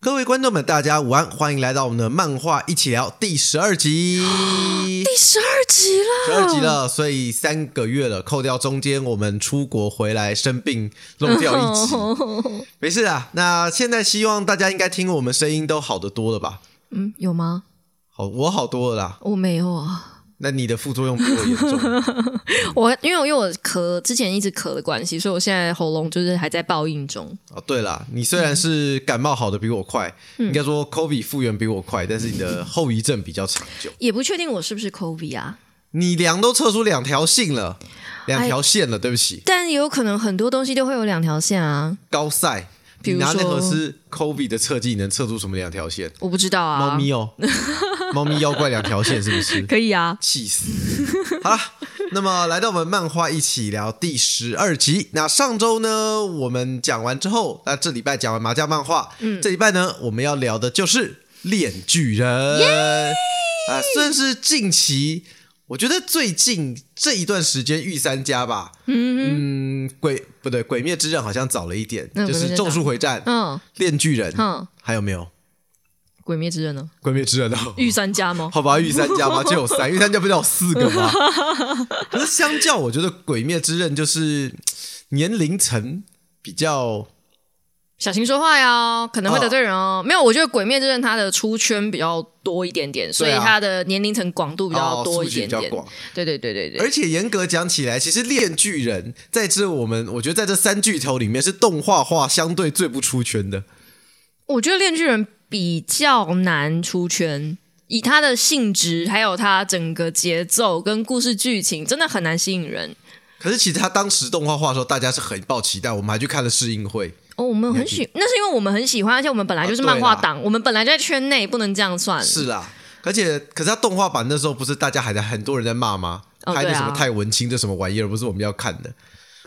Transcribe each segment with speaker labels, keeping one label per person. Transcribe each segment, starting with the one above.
Speaker 1: 各位观众们，大家午安，欢迎来到我们的漫画一起聊第十二集，
Speaker 2: 第十二集了，
Speaker 1: 十二集了，所以三个月了，扣掉中间我们出国回来生病漏掉一集，
Speaker 2: 哦
Speaker 1: 没事啊。那现在希望大家应该听我们声音都好得多了吧？
Speaker 2: 嗯，有吗？
Speaker 1: 好，我好多了啦。
Speaker 2: 我没有啊，
Speaker 1: 那你的副作用比我严重，
Speaker 2: 我因为我因为我咳之前一直咳的关系，所以我现在喉咙就是还在报应中。
Speaker 1: 哦，对啦，你虽然是感冒好的比我快，应该说 COVID 复原比我快，但是你的后遗症比较长久。
Speaker 2: 也不确定我是不是 COVID 啊，
Speaker 1: 你量都测出两条线了，两条线了，对不起，
Speaker 2: 但也有可能很多东西都会有两条线啊，
Speaker 1: 高赛。
Speaker 2: 比
Speaker 1: 你
Speaker 2: 如说
Speaker 1: 拿那盒是 COVID 的测剂，能测出什么两条线？
Speaker 2: 我不知道啊。
Speaker 1: 猫咪哦，猫咪妖怪两条线是不是？
Speaker 2: 可以啊，
Speaker 1: 气死！ 好了，那么来到我们漫画一起聊第十二集。那上周呢，我们讲完之后，那这礼拜讲完麻将漫画，嗯，这礼拜呢，我们要聊的就是《炼巨人》啊，算是近期，我觉得最近这一段时间御三家吧，嗯鬼不对，《鬼灭之刃》好像早了一点，
Speaker 2: 嗯
Speaker 1: 就是《咒术回战》、《
Speaker 2: 嗯
Speaker 1: 炼巨人》，
Speaker 2: 嗯，
Speaker 1: 还有没有《
Speaker 2: 鬼灭之刃呢？
Speaker 1: 鬼灭之刃》哦
Speaker 2: 御三家吗？
Speaker 1: 好吧，御三家吧，就有三，御三家不是有四个 吗？可是相较，我觉得《鬼灭之刃》就是嘖年龄层比较
Speaker 2: 小心说话呀，可能会得罪人哦。没有，我觉得鬼灭之刃它的出圈比较多一点点，所以
Speaker 1: 对啊
Speaker 2: 它的年龄层广度比较
Speaker 1: 哦
Speaker 2: 多一
Speaker 1: 触及
Speaker 2: 点
Speaker 1: 比较
Speaker 2: 点。
Speaker 1: 广，
Speaker 2: 对对对对对，
Speaker 1: 而且严格讲起来，其实《炼巨人》在这我们我觉得在这三巨头里面是动画化相对最不出圈的。
Speaker 2: 我觉得《炼巨人》比较难出圈，以它的性质，还有它整个节奏跟故事剧情，真的很难吸引人。
Speaker 1: 可是其实他当时动画化的时候，大家是很抱期待，我们还去看了试映会。
Speaker 2: 哦，我们很喜，那是因为我们很喜欢，而且我们本来就是漫画党，我们本来就在圈内，不能这样算。
Speaker 1: 啊是啦，而且可是他动画版那时候不是大家还在很多人在骂吗？
Speaker 2: 哦
Speaker 1: 拍的
Speaker 2: 对啊
Speaker 1: 什么太文青这什么玩意儿，不是我们要看的。
Speaker 2: 诶，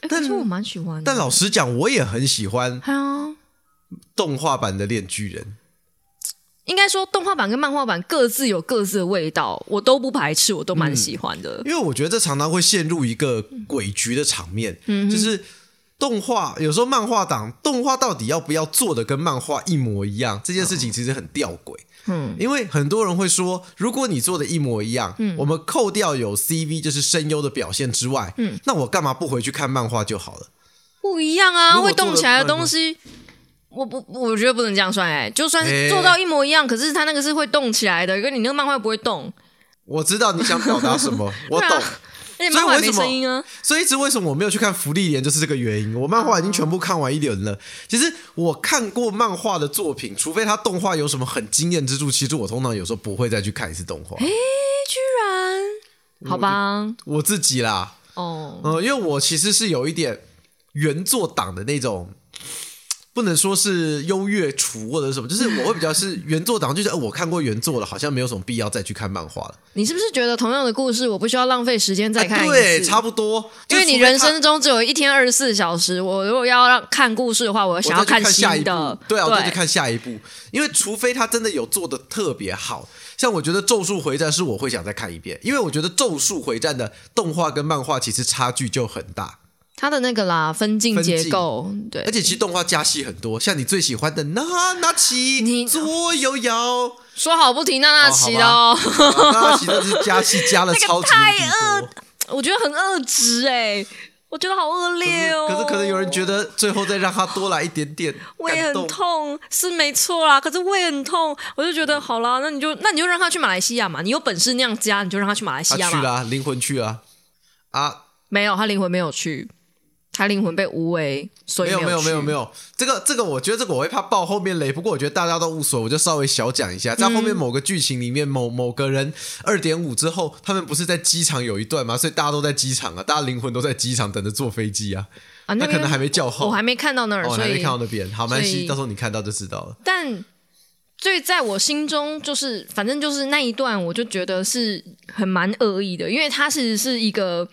Speaker 2: 哎可是我蛮喜欢的。
Speaker 1: 但老实讲，我也很喜欢
Speaker 2: 哎呀，
Speaker 1: 动画版的《炼巨人
Speaker 2: 应该说动画版跟漫画版各自有各自的味道，我都不排斥，我都
Speaker 1: 嗯
Speaker 2: 蛮喜欢的》，。
Speaker 1: 因为我觉得这常常会陷入一个诡局的场面，就是动画有时候漫画党动画到底要不要做的跟漫画一模一样，这件事情其实很吊诡。
Speaker 2: 嗯，
Speaker 1: 因为很多人会说，如果你做的一模一样，我们扣掉有 CV 就是声优的表现之外，那我干嘛不回去看漫画就好了？
Speaker 2: 不一样啊，
Speaker 1: 如果
Speaker 2: 会
Speaker 1: 做得
Speaker 2: 动起来的
Speaker 1: 不然
Speaker 2: 东西，我不，我觉得不能这样算哎、就算
Speaker 1: 哎
Speaker 2: 是做到一模一样，可是它那个是会动起来的，跟你那个漫画不会动，
Speaker 1: 我知道你想表达什么，我懂。
Speaker 2: 而
Speaker 1: 所以
Speaker 2: 且漫画也
Speaker 1: 为
Speaker 2: 没
Speaker 1: 什么
Speaker 2: 声音啊。
Speaker 1: 所以一直为什么我没有去看福利连，就是这个原因。我漫画已经全部看完一轮了。其实我看过漫画的作品，除非它动画有什么很惊艳之处，其实我通常有时候不会再去看一次动画。
Speaker 2: 居然，好吧，
Speaker 1: 我自己啦，
Speaker 2: 哦，
Speaker 1: 呃，因为我其实是有一点原作党的那种。不能说是优越厨或者是什么，就是我会比较是原作党，就是、呃、我看过原作了，好像没有什么必要再去看漫画了。
Speaker 2: 你是不是觉得同样的故事，我不需要浪费时间再
Speaker 1: 哎
Speaker 2: 看一次？
Speaker 1: 对，差不多，
Speaker 2: 因为
Speaker 1: 就是
Speaker 2: 你
Speaker 1: 除非
Speaker 2: 人
Speaker 1: 它
Speaker 2: 生中只有一天二十四小时，我如果要让看故事的话，我
Speaker 1: 我
Speaker 2: 想要
Speaker 1: 再去看下一
Speaker 2: 新
Speaker 1: 部
Speaker 2: 的，，
Speaker 1: 对啊，我再去看下一部，因为除非他真的有做的特别好，像我觉得《咒术回战》是我会想再看一遍，因为我觉得《咒术回战》的动画跟漫画其实差距就很大，
Speaker 2: 它的那个啦，分镜
Speaker 1: 分镜
Speaker 2: 结构，对
Speaker 1: 而，且其实动画加戏很多，像你最喜欢的那那奇
Speaker 2: 你
Speaker 1: 左右 摇，啊
Speaker 2: 说好不提娜娜奇的哦，
Speaker 1: 那那奇真的是加戏加了
Speaker 2: 那个
Speaker 1: 超级无敌多。
Speaker 2: 我觉得很恶质哎、我觉得好恶劣哦。
Speaker 1: 可是可能有人觉得最后再让他多来一点点，
Speaker 2: 胃
Speaker 1: 感
Speaker 2: 很
Speaker 1: 动
Speaker 2: 痛是没错啦，可是胃很痛，我就觉得好啦，那你就那你就让他去马来西亚嘛，你有本事那样加，你就让他去马来西
Speaker 1: 他
Speaker 2: 亚
Speaker 1: 啊去
Speaker 2: 嘛。
Speaker 1: 啦，灵魂去啦，啊，
Speaker 2: 没有，他灵魂没有去，他灵魂被无为，所以
Speaker 1: 没有没有
Speaker 2: 去
Speaker 1: 没有没有，这个这个，我觉得这个我会怕爆后面雷，不过我觉得大家都无所谓，我就稍微小讲一下，在后
Speaker 2: 嗯
Speaker 1: 面某个剧情里面，某某个人二点五之后，他们不是在机场有一段吗？所以大家都在机场啊，大家灵魂都在机场等着坐飞机啊，
Speaker 2: 啊，
Speaker 1: 那
Speaker 2: 那
Speaker 1: 可
Speaker 2: 边
Speaker 1: 能还没叫号，
Speaker 2: 我还没看到那儿，
Speaker 1: 哦你
Speaker 2: 所
Speaker 1: 还没
Speaker 2: 以
Speaker 1: 看到那边，好，没关
Speaker 2: 所
Speaker 1: 系，
Speaker 2: 以
Speaker 1: 到时候你看到就知道了。
Speaker 2: 但最在我心中就是，反正就是那一段，我就觉得是很蛮恶意的，因为他其实是一个。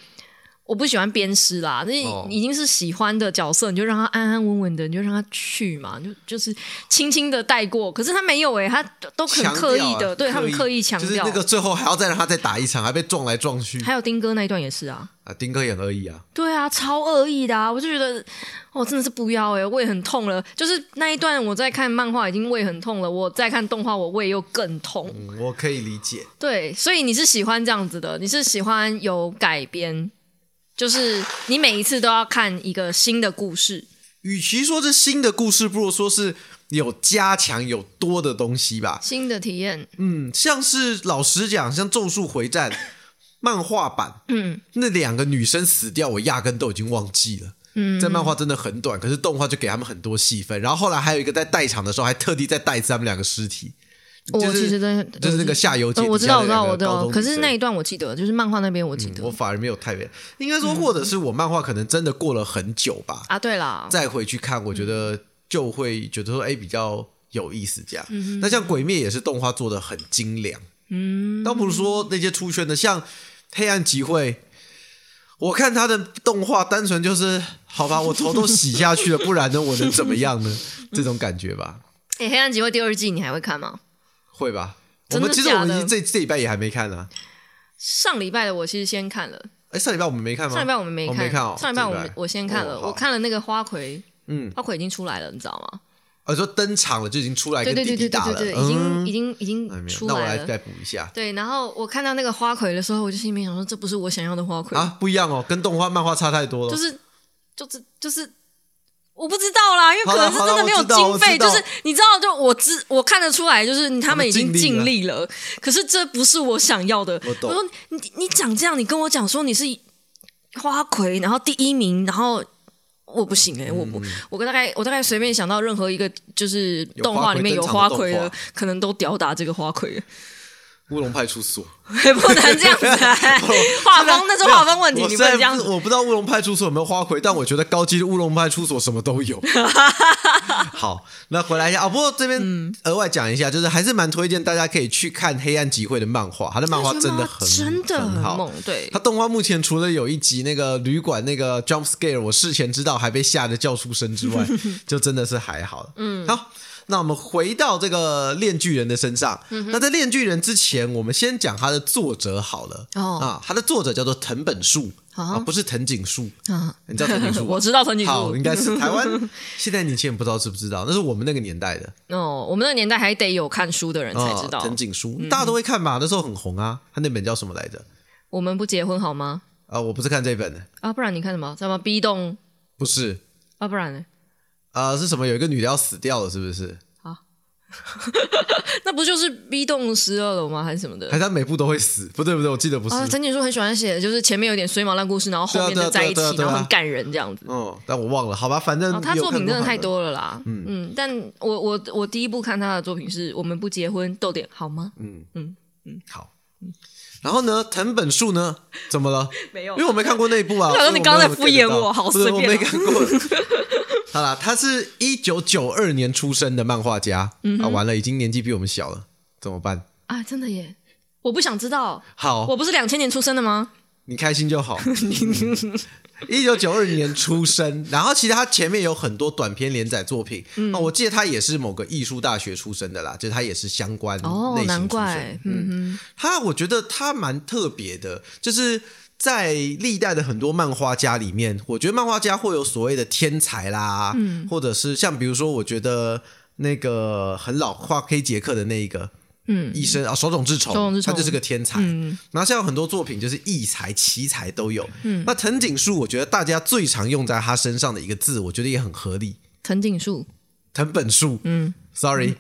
Speaker 2: 我不喜欢鞭尸啦，那
Speaker 1: 哦
Speaker 2: 已经是喜欢的角色，你就让他安安稳稳的，你就让他去嘛，就就是轻轻的带过。可是他没有诶、欸他都很
Speaker 1: 强调啊
Speaker 2: 刻意的，对他们刻意强
Speaker 1: 就是
Speaker 2: 调。
Speaker 1: 那个最后还要再让他再打一场，还被撞来撞去
Speaker 2: 还有丁哥那一段也是啊，
Speaker 1: 啊，丁哥也很恶意啊，
Speaker 2: 对啊，超恶意的啊！我就觉得，哦，真的是不要哎、胃很痛了。就是那一段我在看漫画已经胃很痛了，我在看动画我胃又更痛。
Speaker 1: 嗯，我可以理解，
Speaker 2: 对，所以你是喜欢这样子的，你是喜欢有改编，就是你每一次都要看一个新的故事。
Speaker 1: 与其说是新的故事，不如说是有加强有多的东西吧。
Speaker 2: 新的体验，
Speaker 1: 嗯，像是老实讲，像《咒术回 战》漫画版，
Speaker 2: 嗯，
Speaker 1: 那两个女生死掉，我压根都已经忘记了。嗯，在漫画真的很短，可是动画就给他们很多戏份。然后后来还有一个在代场的时候，还特地再带一次他们两个尸体，
Speaker 2: 我
Speaker 1: 就是
Speaker 2: 其实真的
Speaker 1: 就是那个下游姐
Speaker 2: 呃，
Speaker 1: 底
Speaker 2: 我知
Speaker 1: 下
Speaker 2: 道，我
Speaker 1: 的
Speaker 2: 知道，
Speaker 1: 两
Speaker 2: 我
Speaker 1: 个
Speaker 2: 知
Speaker 1: 高
Speaker 2: 道。
Speaker 1: 中女生、嗯
Speaker 2: 可是那一段我记得，就是漫画那边我嗯记得、
Speaker 1: 我反而没有太别，应该说或者是我漫画可能真的过了很久吧，
Speaker 2: 啊。对啦，
Speaker 1: 再回去看，我觉
Speaker 2: 嗯
Speaker 1: 得就会觉得说，哎、比较有意思这样。
Speaker 2: 嗯
Speaker 1: 那像《鬼灭》也是动画做的很精良，嗯，倒不如说那些出圈的，像《黑暗集会》，我看他的动画单纯就是，好吧，我头都洗下去了，不然呢，我能怎么样 呢？这种感觉吧，
Speaker 2: 诶黑暗集会》第二季你还会看吗？
Speaker 1: 会吧？我
Speaker 2: 真的
Speaker 1: 们其实
Speaker 2: 假
Speaker 1: 我
Speaker 2: 的
Speaker 1: 们已经这这礼拜也还没看呢、
Speaker 2: 上礼拜的我其实先看了，
Speaker 1: 哎，上礼拜我们没看吗？
Speaker 2: 上礼拜我们没
Speaker 1: 哦
Speaker 2: 看，
Speaker 1: 没看哦。
Speaker 2: 上礼拜我
Speaker 1: 这
Speaker 2: 们我先看了，
Speaker 1: 哦好
Speaker 2: 我看了那个花魁，
Speaker 1: 嗯，
Speaker 2: 花魁已经出来了，你知道吗？
Speaker 1: 啊，说登场了就已经出来
Speaker 2: 对
Speaker 1: 跟
Speaker 2: 对对
Speaker 1: 弟弟
Speaker 2: 对对
Speaker 1: 打
Speaker 2: 对
Speaker 1: 了，
Speaker 2: 对，已经
Speaker 1: 嗯
Speaker 2: 已经已
Speaker 1: 哎
Speaker 2: 经
Speaker 1: 没有
Speaker 2: 出
Speaker 1: 那我
Speaker 2: 来
Speaker 1: 来
Speaker 2: 了。
Speaker 1: 再补一下
Speaker 2: 对，然后我看到那个花魁的时候，我就心里面想说，这不是我想要的花魁，
Speaker 1: 啊，不一样哦，跟动画漫画差太多了。
Speaker 2: 就是就是就是，我不知道啦，因为可
Speaker 1: 好啦
Speaker 2: 能是
Speaker 1: 好
Speaker 2: 真
Speaker 1: 啦
Speaker 2: 的没有
Speaker 1: 我知道
Speaker 2: 经费，
Speaker 1: 我知道
Speaker 2: 就是你知道，就我知我看得出来，就是他们已经
Speaker 1: 他们尽
Speaker 2: 尽
Speaker 1: 力
Speaker 2: 力了，可是这不是我想要的。
Speaker 1: 我懂
Speaker 2: 说你你讲这样，你跟我讲说你是花魁，然后第一名，然后。我不行哎、我
Speaker 1: 嗯
Speaker 2: 不，我大概我大概随便想到任何一个就是
Speaker 1: 有
Speaker 2: 动
Speaker 1: 花
Speaker 2: 画
Speaker 1: 魁
Speaker 2: 里面有
Speaker 1: 登场的
Speaker 2: 花
Speaker 1: 动
Speaker 2: 魁
Speaker 1: 画
Speaker 2: 的，可能都吊打这个花魁了，
Speaker 1: 乌龙派出所，
Speaker 2: 不能这样 子、哎 画风那是画风问题，
Speaker 1: 我
Speaker 2: 你
Speaker 1: 虽
Speaker 2: 不
Speaker 1: 然
Speaker 2: 能这样
Speaker 1: 不
Speaker 2: 子
Speaker 1: 是。我不知道乌龙派出所有没有花魁，但我觉得高级的乌龙派出所什么都 有。好，那回来一下啊、不过这
Speaker 2: 嗯
Speaker 1: 边额外讲一下，就是还是蛮推荐大家可以去看《黑暗集会》的漫画，他的漫画真的很
Speaker 2: 真的
Speaker 1: 很好。
Speaker 2: 猛，对
Speaker 1: 他，动画目前除了有一集那个旅馆那个 jump scare，我事前知道还被吓得叫出声之 外，就真的是还好了。嗯，好，那我们回到这个《炼巨人》的身上。
Speaker 2: 嗯
Speaker 1: 那在《炼巨人》之前，我们先讲他的作者好了。
Speaker 2: 哦
Speaker 1: 啊，他的作者叫做藤本树
Speaker 2: 啊
Speaker 1: 啊，不是藤井树。
Speaker 2: 啊，
Speaker 1: 你知道藤井树吧？
Speaker 2: 我知道藤井
Speaker 1: 好，
Speaker 2: 树
Speaker 1: 应。该是台湾现在年轻人不知道知不知道，那是我们那个年代的
Speaker 2: 哦，我们那个年代还得有看书的人才知道。嗯
Speaker 1: 啊藤井树，大家都会看吧？那时候很红啊，他那本叫什么来着？
Speaker 2: 我们不结婚好吗？
Speaker 1: 啊，我不是看这本的，
Speaker 2: 啊，不然你看什么？什么 B 栋？
Speaker 1: 不是。
Speaker 2: 啊，不然呢？
Speaker 1: 呃，是什么？有一个女的要死掉了，是不是？
Speaker 2: 那不就是 B 栋十二楼吗？还是什么的
Speaker 1: 还？是她每部都会死？不对不对，我记得不是。
Speaker 2: 啊，藤井树很喜欢写，就是前面有点衰毛烂故事，然后后面
Speaker 1: 对啊对啊
Speaker 2: 的在一起
Speaker 1: 对啊对啊，对啊
Speaker 2: 然后很感人这样子。
Speaker 1: 嗯，但我忘了，好吧，反正、
Speaker 2: 哦，他作品真的太
Speaker 1: 了。
Speaker 2: 多了啦，嗯嗯，但我我我第一部看他的作品是我们不结婚，逗点好吗？
Speaker 1: 嗯好，然后呢，藤本树呢？怎么了？
Speaker 2: 没有
Speaker 1: 因为我没看过那一部啊。
Speaker 2: 我想说
Speaker 1: 所以
Speaker 2: 你刚刚在
Speaker 1: 没有
Speaker 2: 敷衍
Speaker 1: get 到
Speaker 2: 我好
Speaker 1: 不是
Speaker 2: 随便
Speaker 1: 我没
Speaker 2: 啊
Speaker 1: 看 过。好啦，他是一九九二年出生的漫画家、
Speaker 2: 嗯
Speaker 1: 啊，完了，已经年纪比我们小了，怎么办？
Speaker 2: 啊，真的耶，我不想知道，
Speaker 1: 好
Speaker 2: 我，不是两千年出生的吗？
Speaker 1: 你开心就 好。嗯一九九二年出生，然后其实他前面有很多短篇连载作品。嗯、我记得他也是某个艺术大学出身的啦，就是他也是相关
Speaker 2: 哦
Speaker 1: 类，型
Speaker 2: 难
Speaker 1: 嗯出身。
Speaker 2: 怪，嗯
Speaker 1: 他我觉得他蛮特别的，就是在历代的很多漫画家里面，我觉得漫画家会有所谓的天才啦，嗯，或者是像比如说，我觉得那个很老画黑杰克的那一个。
Speaker 2: 嗯
Speaker 1: 医生啊，手冢治虫，
Speaker 2: 手冢治虫
Speaker 1: 他就是个天才。
Speaker 2: 嗯
Speaker 1: 然后现在有很多作品就是异才、奇才都有。嗯，那藤井树，我觉得大家最常用在他身上的一个字，我觉得也很合理。
Speaker 2: 哼，藤井树，
Speaker 1: 藤本树，嗯，sorry，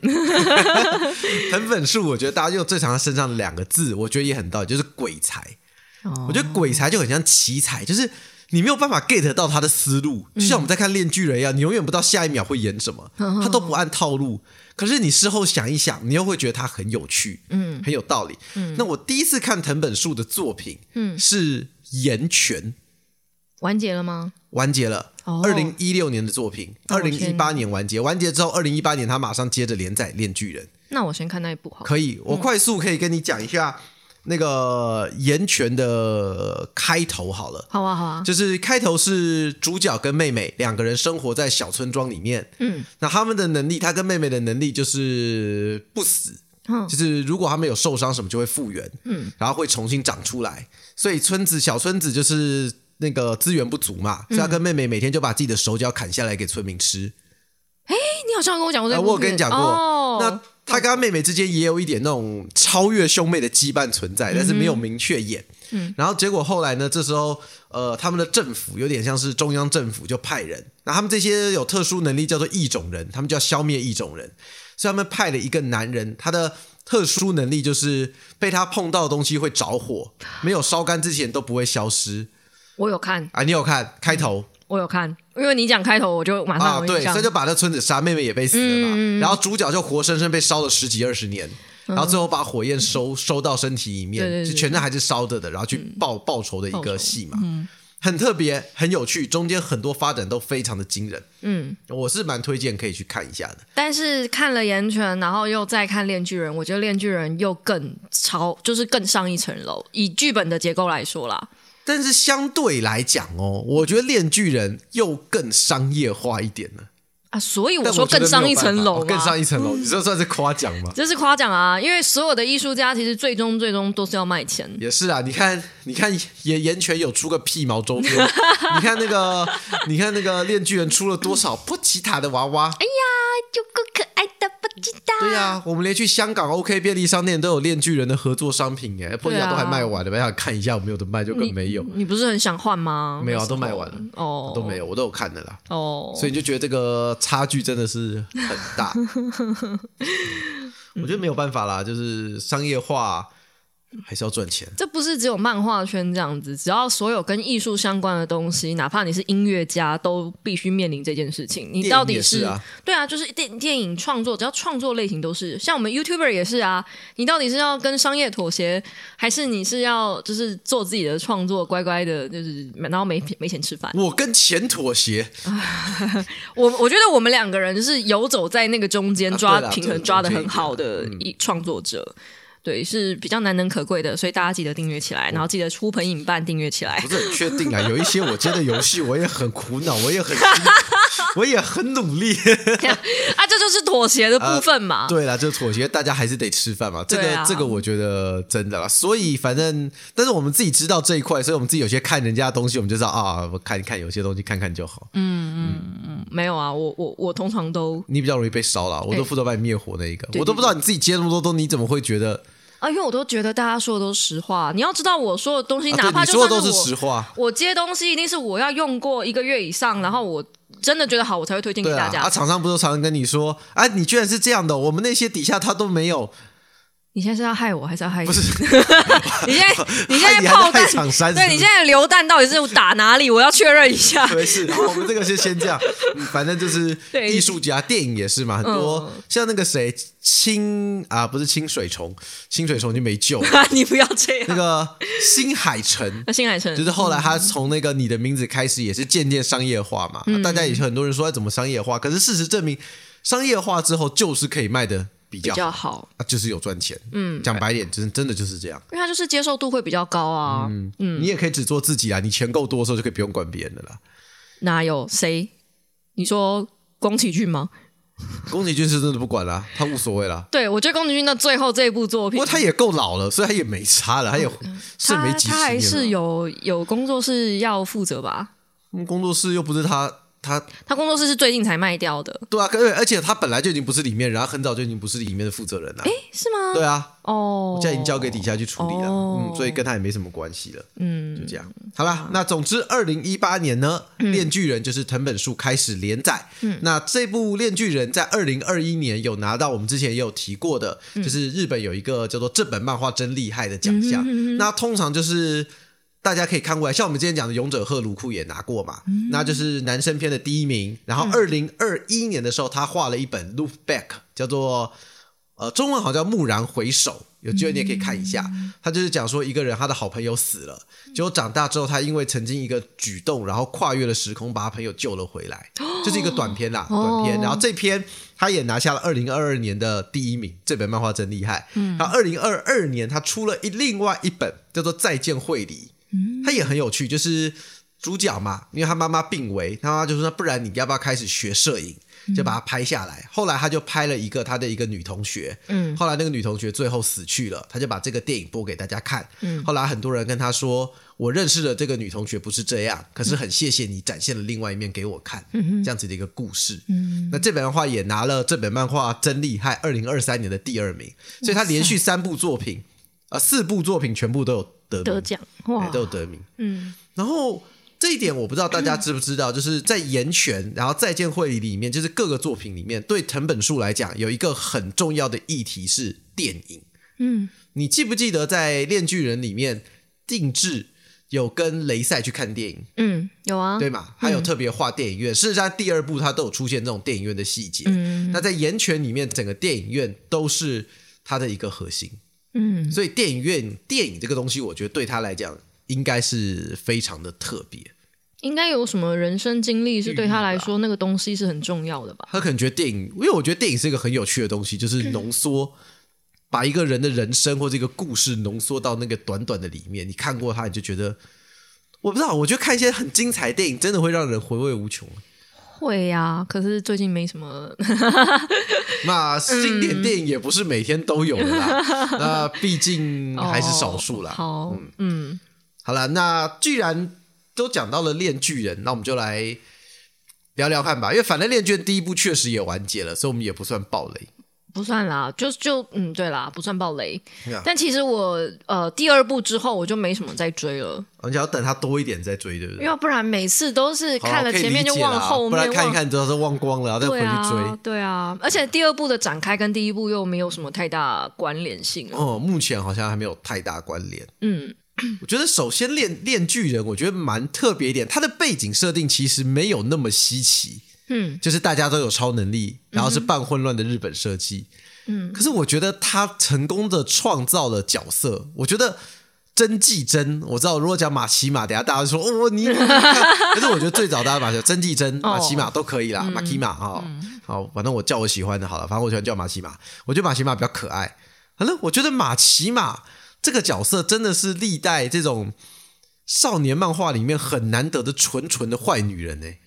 Speaker 1: 藤本树，我觉得大家用最常在身上的两个字，我觉得也很道理，就是鬼才。
Speaker 2: 哦
Speaker 1: 我觉得鬼才就很像奇才，就是你没有办法 get 到他的思路，就像我们在看《恋巨人》一样，你永远不知道下一秒会演什么，他都不按套路。可是你事后想一想，你又会觉得他很有趣，嗯，很有道理。那我第一次看藤本树的作品，嗯，是《岩泉》。
Speaker 2: 完结了吗？
Speaker 1: 完结了。
Speaker 2: 哦
Speaker 1: 二零一六年的作品，
Speaker 2: 哦
Speaker 1: 二零一八年完结。完结之后，二零一八年他马上接着连载《炼巨人》。
Speaker 2: 那我先看那一部好了。
Speaker 1: 可以，我快速可以跟你讲一下那个岩泉的开头好了。
Speaker 2: 好啊，好啊，
Speaker 1: 就是开头是主角跟妹妹两个人生活在小村庄里面，
Speaker 2: 嗯，
Speaker 1: 那他们的能力，他跟妹妹的能力就是不死，
Speaker 2: 嗯
Speaker 1: 就是如果他们有受伤什么就会复原，
Speaker 2: 嗯，
Speaker 1: 然后会重新长出来，所以村子小村子就是那个资源不足嘛，所
Speaker 2: 嗯
Speaker 1: 以他跟妹妹每天就把自己的手脚砍下来给村民吃。
Speaker 2: 你好像跟我讲过这
Speaker 1: 哎，
Speaker 2: 个故事、
Speaker 1: 我有跟你讲过，
Speaker 2: 哦、
Speaker 1: 那他跟他妹妹之间也有一点那种超越兄妹的羁绊存在，但是没有明确演。
Speaker 2: 嗯
Speaker 1: 然后结果后来呢？这时候，呃，他们的政府有点像是中央政府，就派人。那他们这些有特殊能力叫做异种人，他们就要消灭异种人，所以他们派了一个男人，他的特殊能力就是被他碰到的东西会着火，没有烧干之前都不会消失。
Speaker 2: 我有看，
Speaker 1: 啊，你有看开头？
Speaker 2: 我有看，因为你讲开头，我就马上
Speaker 1: 啊，
Speaker 2: 有
Speaker 1: 对，
Speaker 2: 印象。嗯
Speaker 1: 所以就把那村子杀，妹妹也被死了嘛，然后主角就活生生被烧了十几二十年，然后最后把火焰收收到身体里面，
Speaker 2: 嗯对对对嗯
Speaker 1: 就全身还是烧着的，然后去报、报仇的一
Speaker 2: 报仇嗯
Speaker 1: 个戏嘛，很特别，很有趣，中间很多发展都非常的惊人，
Speaker 2: 嗯，
Speaker 1: 我是蛮推荐可以去看一下的。
Speaker 2: 但是看了岩泉，然后又再看《恋巨人》，我觉得《恋巨人》又更超，就是更上一层楼。以剧本的结构来说啦，
Speaker 1: 但是相对来讲哦，我觉得《恋巨人》又更商业化一点了。
Speaker 2: 啊，所以
Speaker 1: 但
Speaker 2: 说
Speaker 1: 觉得
Speaker 2: 更上
Speaker 1: 没
Speaker 2: 一
Speaker 1: 有办
Speaker 2: 层
Speaker 1: 法
Speaker 2: 楼啊
Speaker 1: 哦
Speaker 2: 嘛，
Speaker 1: 更上一层楼，你这算是夸奖吗？
Speaker 2: 这是夸奖啊，因为所有的艺术家其实最终最终都是要卖钱。
Speaker 1: 也是啊，你看，你看岩岩泉有出个屁毛周边， 你看那个，你看那个炼巨人出了多少波奇塔的娃娃？
Speaker 2: 哎有够可爱的，不知道。
Speaker 1: 对呀、我们连去香港 OK 便利商店都有炼巨人的合作商品耶，波奇塔都还卖完了，我想看一下有没有的卖，就更没有，
Speaker 2: 啊你不是很想换吗？
Speaker 1: 没有啊，都卖完了，
Speaker 2: 哦，
Speaker 1: 都没
Speaker 2: 有
Speaker 1: 有，我都有看的啦，
Speaker 2: 哦，
Speaker 1: 所以你就觉得这个差距真的是很 大。我觉得没有办法啦，就是商业化还是要赚钱。
Speaker 2: 这不是只有漫画圈这样子，只要所有跟艺术相关的东西，哪怕你是音乐家，都必须面临这件事情。你到
Speaker 1: 电影
Speaker 2: 底
Speaker 1: 也是啊
Speaker 2: 对啊，就是电电影创作，只要创作类型都是，像我们 YouTuber 也是啊。你到底是要跟商业妥协，还是你是要就是做自己的创作，乖乖的，就是然后没没钱吃饭？
Speaker 1: 我跟钱妥协，
Speaker 2: 我我觉得我们两个人是游走在那个中间
Speaker 1: 啊
Speaker 2: 抓
Speaker 1: 对啦
Speaker 2: 平
Speaker 1: 这
Speaker 2: 衡
Speaker 1: 个
Speaker 2: 抓的
Speaker 1: 中间
Speaker 2: 很好的
Speaker 1: 一点啊嗯
Speaker 2: 一创作者，对，是比较难能可贵的，所以大家记得订阅起来，然后记得出盆引伴订阅起来
Speaker 1: 不。是很确定啊，有一些我接的游戏我也很苦恼，我也很 我也很努力。
Speaker 2: 啊，这就是妥协的部分嘛。
Speaker 1: 呃对啦，就是妥协，大家还是得吃饭嘛。这
Speaker 2: 对
Speaker 1: 个、
Speaker 2: 啊
Speaker 1: 这个我觉得真的啦。所以反正，但是我们自己知道这一块，所以我们自己有些看人家的东西，我们就知道啊，我看一看有些东西看看就好。
Speaker 2: 嗯没有啊，我我我通常都
Speaker 1: 你比较容易被烧了，我都负责把你灭火那一个，
Speaker 2: 对
Speaker 1: 我都不知道你自己接那么多东西，你怎么会觉得？
Speaker 2: 啊，因为我都觉得大家说的都是实话。你要知道，我说的东西，
Speaker 1: 啊
Speaker 2: 哪
Speaker 1: 对，
Speaker 2: 怕
Speaker 1: 你
Speaker 2: 就
Speaker 1: 说
Speaker 2: 算
Speaker 1: 的都
Speaker 2: 是
Speaker 1: 是
Speaker 2: 我
Speaker 1: 实话，
Speaker 2: 我接东西，一定是我要用过一个月以上，然后我真的觉得好，我才会推荐给
Speaker 1: 对
Speaker 2: 大
Speaker 1: 啊。
Speaker 2: 家。
Speaker 1: 啊，厂商不都常常跟你说，啊，你居然是这样的，我们那些底下他都没有，
Speaker 2: 你现在是要害我，还是要害你？
Speaker 1: 不是
Speaker 2: 你 现在你现在
Speaker 1: 啊你还在
Speaker 2: 炮弹
Speaker 1: 害厂商是不
Speaker 2: 对
Speaker 1: 是
Speaker 2: 你现在流弹到底是打哪里？我要确认一下。
Speaker 1: 没事，好我们这个就先这样。嗯反正就是
Speaker 2: 对
Speaker 1: 艺术家，电影也是嘛，很多、
Speaker 2: 嗯
Speaker 1: 像那个谁清啊，不是清水虫，清水虫就没救了。
Speaker 2: 啊你不要这
Speaker 1: 那
Speaker 2: 样。
Speaker 1: 个新海诚，
Speaker 2: 那新海诚
Speaker 1: 就是后来他从那个你的名字开始，也是渐渐商业化嘛。大家也很多人说要怎么商业化，可是事实证明，商业化之后就是可以卖的比
Speaker 2: 比
Speaker 1: 较好，
Speaker 2: 较好，
Speaker 1: 啊、就是有赚钱。嗯，讲白点，真真的就是这样。
Speaker 2: 因为他就是接受度会比较高啊。
Speaker 1: 嗯，你也可以只做自己啊，你钱够多的时候就可以不用管别人的啦。
Speaker 2: 哪有谁？你说宫崎骏吗？
Speaker 1: 宫崎骏是真的不管啦，他无所谓啦。
Speaker 2: 对，我觉得宫崎骏到最后这部作
Speaker 1: 不
Speaker 2: 品
Speaker 1: 过，他也够老了，所以他也没差了，他也剩没
Speaker 2: 嗯他
Speaker 1: 几十年
Speaker 2: 他还是
Speaker 1: 有、
Speaker 2: 有有工作室要负责吧？
Speaker 1: 嗯工作室又不是他，他
Speaker 2: 他工作室是最近才卖掉的，
Speaker 1: 对啊，而而且他本来就已经不是里面人，然后很早就已经不是里面的负责人了、
Speaker 2: 是吗？
Speaker 1: 对啊，
Speaker 2: 哦，
Speaker 1: 现在已经交给底下去处理了，
Speaker 2: 哦
Speaker 1: 嗯，所以跟他也没什么关系了，
Speaker 2: 嗯
Speaker 1: 就这样。好啦，那总之，二零一八年呢，链锯人》就是藤本树开始连载。嗯，那这部《链锯人》在二零二一年有拿到我们之前也有提过的，
Speaker 2: 嗯
Speaker 1: 就是日本有一个叫做“这本漫画真厉害”的奖
Speaker 2: 嗯
Speaker 1: 项。那通常就是。大家可以看过来，像我们之前讲的《勇者赫鲁库》也拿过嘛，
Speaker 2: 嗯
Speaker 1: 那就是男生篇的第一名。然后二零二一年的时候，他画了一本《Look Back》，叫做呃，中文好像叫《蓦然回首》，有机会你也可以看一下。他就是讲说一个人，他的好朋友死了，结果长大之后，他因为曾经一个举动，然后跨越了时空，把他朋友救了回来。就是一个短篇啦，
Speaker 2: 哦
Speaker 1: 短篇。然后这篇他也拿下了二零二二年的第一名，这本漫画真厉害。嗯，然后二零二二年他出了一另外一本叫做《再见惠理》，嗯，他也很有趣，就是主角嘛，因为他妈妈病危，他妈妈就说，不然你要不要开始学摄影？就把它拍下来，后来他就拍了一个他的一个女同学，
Speaker 2: 嗯，
Speaker 1: 后来那个女同学最后死去了，他就把这个电影播给大家看，嗯，后来很多人跟他说，我认识的这个女同学不是这样，可是很谢谢你展现了另外一面给我看，嗯、这样子的一个故事，嗯，那这本漫画也拿了这本漫画真厉害二零二三年的第二名，所以他连续三部作品，呃，四部作品全部都有得名
Speaker 2: 得奖哇
Speaker 1: 哎，都有得名。
Speaker 2: 嗯，
Speaker 1: 然后这一点我不知道大家知不知道，就是在言权，然后再见会里面，就是各个作品里面，对藤本树来讲有一个很重要的议题是电影。
Speaker 2: 嗯，
Speaker 1: 你记不记得在《链锯人》里面，定制有跟雷赛去看电影，
Speaker 2: 嗯，有啊，
Speaker 1: 对嘛？还有特别画电影院，事实上第二部它都有出现这种电影院的细节。
Speaker 2: 嗯
Speaker 1: 那在言权里面，整个电影院都是它的一个核心。
Speaker 2: 嗯
Speaker 1: 所以电影院电影这个东西，我觉得对他来讲应该是非常的特别。
Speaker 2: 应该有什么人生经历是对他来说那个东西是很重要的吧？
Speaker 1: 他可能觉得电影，因为我觉得电影是一个很有趣的东西，就是浓缩。把一个人的人生或这个故事浓缩到那个短短的里面，你看过它，你就觉得，我不知道，我觉得看一些很精彩的电影，真的会让人回味无穷。
Speaker 2: 会呀、可是最近没什 么，
Speaker 1: 那经典
Speaker 2: 嗯
Speaker 1: 电影也不是每天都有的 啦，那毕竟还是少数啦。
Speaker 2: 哦好，嗯
Speaker 1: 好了，那既然都讲到了《恋巨人》，那我们就来聊聊看吧。因为反正《恋巨人》第一部确实也完结了，所以我们也不算暴雷。
Speaker 2: 不算啦，就就嗯，对啦，不算暴雷。
Speaker 1: Yeah
Speaker 2: 但其实我呃第二部之后我就没什么再追了，
Speaker 1: 我们只要等它多一点再追，对不对？
Speaker 2: 要不然每次都是
Speaker 1: 好
Speaker 2: 嗯看了
Speaker 1: 可以
Speaker 2: 前面
Speaker 1: 理
Speaker 2: 就
Speaker 1: 解
Speaker 2: 忘
Speaker 1: 啦
Speaker 2: 后
Speaker 1: 不
Speaker 2: 面，
Speaker 1: 然看一
Speaker 2: 忘
Speaker 1: 看之后都忘光了，然后再回
Speaker 2: 对
Speaker 1: 去追。
Speaker 2: 啊对啊，而且第二部的展开跟第一部又没有什么太大关联性了。
Speaker 1: 哦，目前好像还没有太大关联。
Speaker 2: 嗯，
Speaker 1: 我觉得首先恋《恋巨人》，我觉得蛮特别一点，它的背景设定其实没有那么稀奇。
Speaker 2: 嗯，
Speaker 1: 就是大家都有超能力，然后是半混乱的日本设计。
Speaker 2: 嗯，
Speaker 1: 可是我觉得他成功的创造了角色，我觉得。真纪真，我知道。如果讲马奇马，等一下大家就说哦，你。你看可是我觉得最早大家马
Speaker 2: 哦
Speaker 1: 真纪真、马奇马都可以
Speaker 2: 嗯
Speaker 1: 啦，马奇马啊，好，反正我叫我喜欢的好了，反正我喜欢叫马奇马，我觉得马奇马比较可爱。反正我觉得马奇马这个角色真的是历代这种少年漫画里面很难得的纯纯的坏女人呢、欸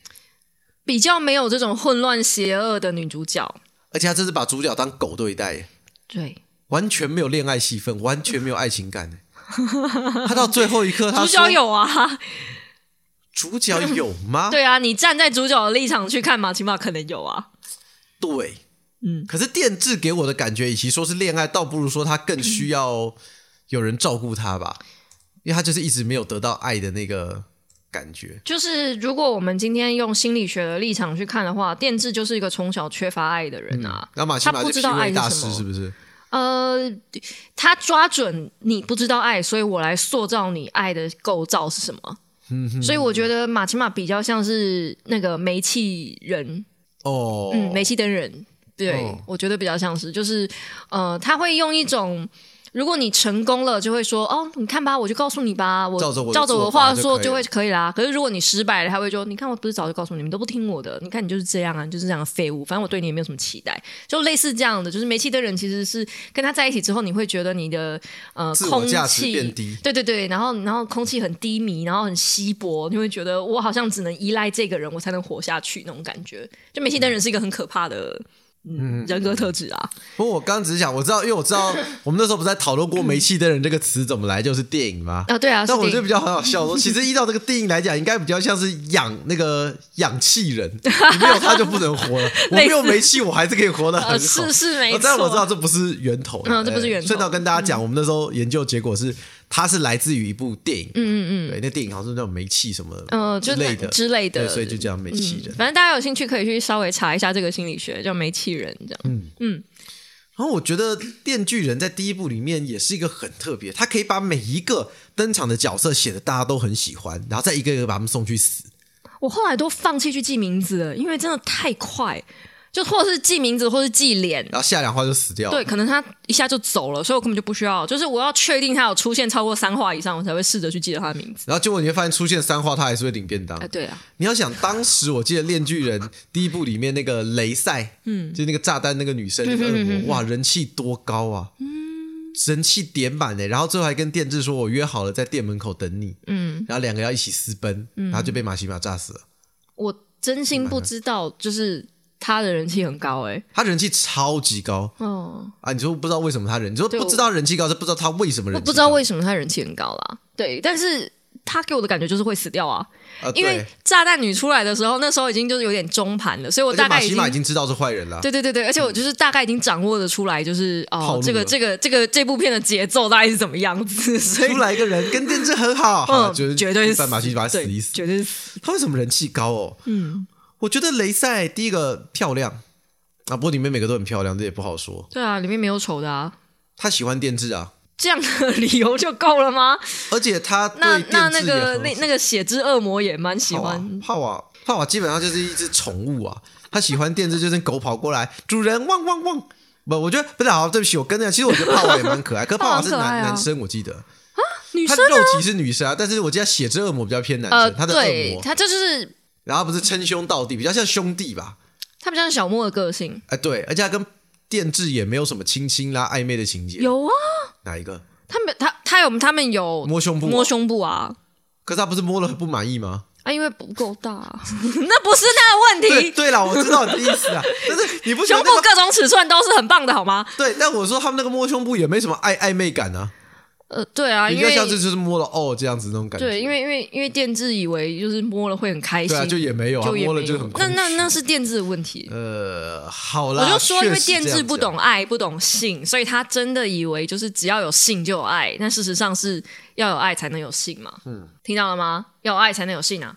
Speaker 2: 比较没有这种混乱邪恶的女主角。
Speaker 1: 而且他真是把主角当狗对待耶，
Speaker 2: 对，
Speaker 1: 完全没有恋爱戏份，完全没有爱情感 耶。他到最后一刻，他
Speaker 2: 主
Speaker 1: 说
Speaker 2: 角有啊，
Speaker 1: 主角有吗？
Speaker 2: 对啊，你站在主角的立场去看嘛，起码可能有啊。
Speaker 1: 对
Speaker 2: 嗯
Speaker 1: 可是电治给我的感觉，与其说是恋爱，倒不如说他更需要有人照顾他吧，因为他就是一直没有得到爱的那个感觉。
Speaker 2: 就是如果我们今天用心理学的立场去看的话，电治就是一个从小缺乏爱的人啊。
Speaker 1: 然后马奇马
Speaker 2: 他不
Speaker 1: 是
Speaker 2: 知
Speaker 1: 皮
Speaker 2: 道爱
Speaker 1: 味
Speaker 2: 是
Speaker 1: 大
Speaker 2: 什
Speaker 1: 师，
Speaker 2: 么
Speaker 1: 是不是？
Speaker 2: 呃，他抓准你不知道爱，所以我来塑造你爱的构造是什么。所以我觉得马奇马比较像是那个煤气人，
Speaker 1: 哦，
Speaker 2: 嗯，煤气灯人，对、
Speaker 1: 哦
Speaker 2: 我觉得比较像是，就是呃，他会用一种，如果你成功了，就会说哦，你看吧，我就告诉你吧，我
Speaker 1: 照着我的
Speaker 2: 我的
Speaker 1: 做法
Speaker 2: 话
Speaker 1: 就
Speaker 2: 说
Speaker 1: 可以
Speaker 2: 就
Speaker 1: 了
Speaker 2: 会可以啦。可是如果你失败了，他会说，你看我不是早就告诉你，你们都不听我的，你看你就是这样啊，你就是这样的废物，反正我对你也没有什么期待，就类似这样的，就是煤气灯人其实是跟他在一起之后，你会觉得你的呃
Speaker 1: 自我
Speaker 2: 空
Speaker 1: 价值
Speaker 2: 气
Speaker 1: 变低
Speaker 2: 对对对，然后然后空气很低迷，然后很稀薄，你会觉得我好像只能依赖这个人，我才能活下去那种感觉。就煤气灯人是一个很可怕的。嗯，人格特质啊，
Speaker 1: 不过我刚刚只是想，我知道，因为我知道我们那时候不是在讨论过“煤气灯人”这个词怎么来，就是电影吗？
Speaker 2: 啊对啊，
Speaker 1: 但我觉
Speaker 2: 是
Speaker 1: 得
Speaker 2: 的
Speaker 1: 比较很好笑， 说其实依照这个定义来讲，应该比较像是氧那个氧气人，你没有他就不能活 了。我没有煤气，我还是可以活得很好。
Speaker 2: 呃是是没
Speaker 1: 哦但我知道
Speaker 2: 错，
Speaker 1: 这不是源头啦，
Speaker 2: 嗯这不是源头
Speaker 1: 哎顺道跟大家讲，我们那时候研究结果是，它是来自于一部电影，嗯嗯嗯，对，那电影好像是叫煤气什么，
Speaker 2: 呃就
Speaker 1: 之
Speaker 2: 是
Speaker 1: 类的
Speaker 2: 之类的
Speaker 1: 对所以就叫煤气人。
Speaker 2: 嗯反正大家有兴趣可以去稍微查一下这个心理学，叫煤气人这样。
Speaker 1: 嗯然后我觉得《电锯人》在第一部里面也是一个很特别，他可以把每一个登场的角色写的大家都很喜欢，然后再一个一个把他们送去死。
Speaker 2: 我后来都放弃去记名字了，因为真的太快，就或是记名字，或是记脸。
Speaker 1: 然后下两话就死掉了。
Speaker 2: 对，可能他一下就走了，所以我根本就不需要，就是我要确定他有出现超过三话以上，我才会试着去记得他的名字。
Speaker 1: 然后结果你会发现出现三话，他还是会领便当。
Speaker 2: 哎，对啊，
Speaker 1: 你要想，当时我记得《链锯人》第一部里面那个雷赛，嗯，就那个炸弹那个女生，那个
Speaker 2: 嗯
Speaker 1: 恶魔，哇，人气多高啊，嗯，人气点满欸呢。然后最后还跟电治说，我约好了在店门口等你，嗯，然后两个要一起私奔，
Speaker 2: 嗯
Speaker 1: 然后就被马西马炸死了。
Speaker 2: 我真心不知道，就是他的人气很高哎、
Speaker 1: 他人气超级高
Speaker 2: 哦，
Speaker 1: 啊！你说不知道为什么他人，你说
Speaker 2: 对
Speaker 1: 不知道人气高，是不知道他为什么
Speaker 2: 我
Speaker 1: 人气高，
Speaker 2: 不知道为什么他人气很高啦。对，但是他给我的感觉就是会死掉啊，
Speaker 1: 呃，
Speaker 2: 因为
Speaker 1: 对，
Speaker 2: 炸弹女出来的时候，那时候已经就是有点中盘了，所以我
Speaker 1: 而且
Speaker 2: 大
Speaker 1: 马
Speaker 2: 概已
Speaker 1: 西
Speaker 2: 经
Speaker 1: 马已经知道是坏人了，
Speaker 2: 对对对对，而且我就是大概已经掌握的出来，就是
Speaker 1: 套
Speaker 2: 哦
Speaker 1: 路，
Speaker 2: 这个
Speaker 1: 了
Speaker 2: 这个这个这部片的节奏大概是怎么样子，所以
Speaker 1: 出来一个人跟电治很好，好
Speaker 2: 嗯，
Speaker 1: 了就是
Speaker 2: 绝对是
Speaker 1: 半马西把他死一死
Speaker 2: 对，绝对是死
Speaker 1: 他为什么人气高哦？嗯，我觉得雷赛第一个漂亮啊，不过里面每个都很漂亮，这也不好说。
Speaker 2: 对啊，里面没有丑的啊，
Speaker 1: 他喜欢电治啊，
Speaker 2: 这样的理由就够了吗？
Speaker 1: 而且他对
Speaker 2: 那
Speaker 1: 电治
Speaker 2: 那那
Speaker 1: 也
Speaker 2: 个
Speaker 1: 很啊
Speaker 2: 那那个血之恶魔也蛮喜欢，
Speaker 1: 帕瓦帕啊瓦基本上就是一只宠物啊，他喜欢电治就是狗跑过来，主人汪汪汪。不，我觉得不是好，对不起，我跟那个，其实我觉得帕瓦也蛮可 爱，可是
Speaker 2: 帕
Speaker 1: 帕
Speaker 2: 瓦
Speaker 1: 瓦
Speaker 2: 很
Speaker 1: 是
Speaker 2: 可爱
Speaker 1: 男
Speaker 2: 啊
Speaker 1: 男生，我记得
Speaker 2: 女
Speaker 1: 他
Speaker 2: 生
Speaker 1: 肉体是女生啊，但是我记得血啊之恶魔比较偏男
Speaker 2: 呃，
Speaker 1: 生，他的恶
Speaker 2: 对
Speaker 1: 魔，
Speaker 2: 他这就是
Speaker 1: 然后不是称兄道弟，比较像兄弟吧？
Speaker 2: 他比较像小莫的个性，
Speaker 1: 哎，对，而且他跟电治也没有什么亲亲啦、暧昧的情节，
Speaker 2: 有啊，
Speaker 1: 哪一个？
Speaker 2: 他们他他有他们有
Speaker 1: 摸胸部、
Speaker 2: 摸，胸部啊
Speaker 1: 可是他不是摸了很不满意吗？
Speaker 2: 啊，因为不够大，啊 那不是他的问
Speaker 1: 对
Speaker 2: 题，
Speaker 1: 对啦，我知道你的意思啊，但是你不觉
Speaker 2: 胸
Speaker 1: 得
Speaker 2: 部
Speaker 1: 那个
Speaker 2: 各种尺寸都是很棒的好吗？
Speaker 1: 对？但我说他们那个摸胸部也没什么暧暧昧感啊，
Speaker 2: 呃，对啊，
Speaker 1: 比
Speaker 2: 因
Speaker 1: 较
Speaker 2: 为
Speaker 1: 像是就是摸了哦这样子那种感觉。
Speaker 2: 对，因为因为因为电治以为就是摸了会很开
Speaker 1: 对
Speaker 2: 心，
Speaker 1: 啊，就也没有啊，
Speaker 2: 就也
Speaker 1: 摸了
Speaker 2: 没
Speaker 1: 就
Speaker 2: 有
Speaker 1: 很空
Speaker 2: 那
Speaker 1: 虚
Speaker 2: 那那是电治的问题。
Speaker 1: 呃，好啦，
Speaker 2: 我就说，因为
Speaker 1: 确实
Speaker 2: 电
Speaker 1: 这
Speaker 2: 治
Speaker 1: 样啊
Speaker 2: 不
Speaker 1: 讲
Speaker 2: 懂爱，不懂性，所以他真的以为就是只要有性就有爱，但事实上是要有爱才能有性嘛。嗯，听到了吗？要有爱才能有性啊！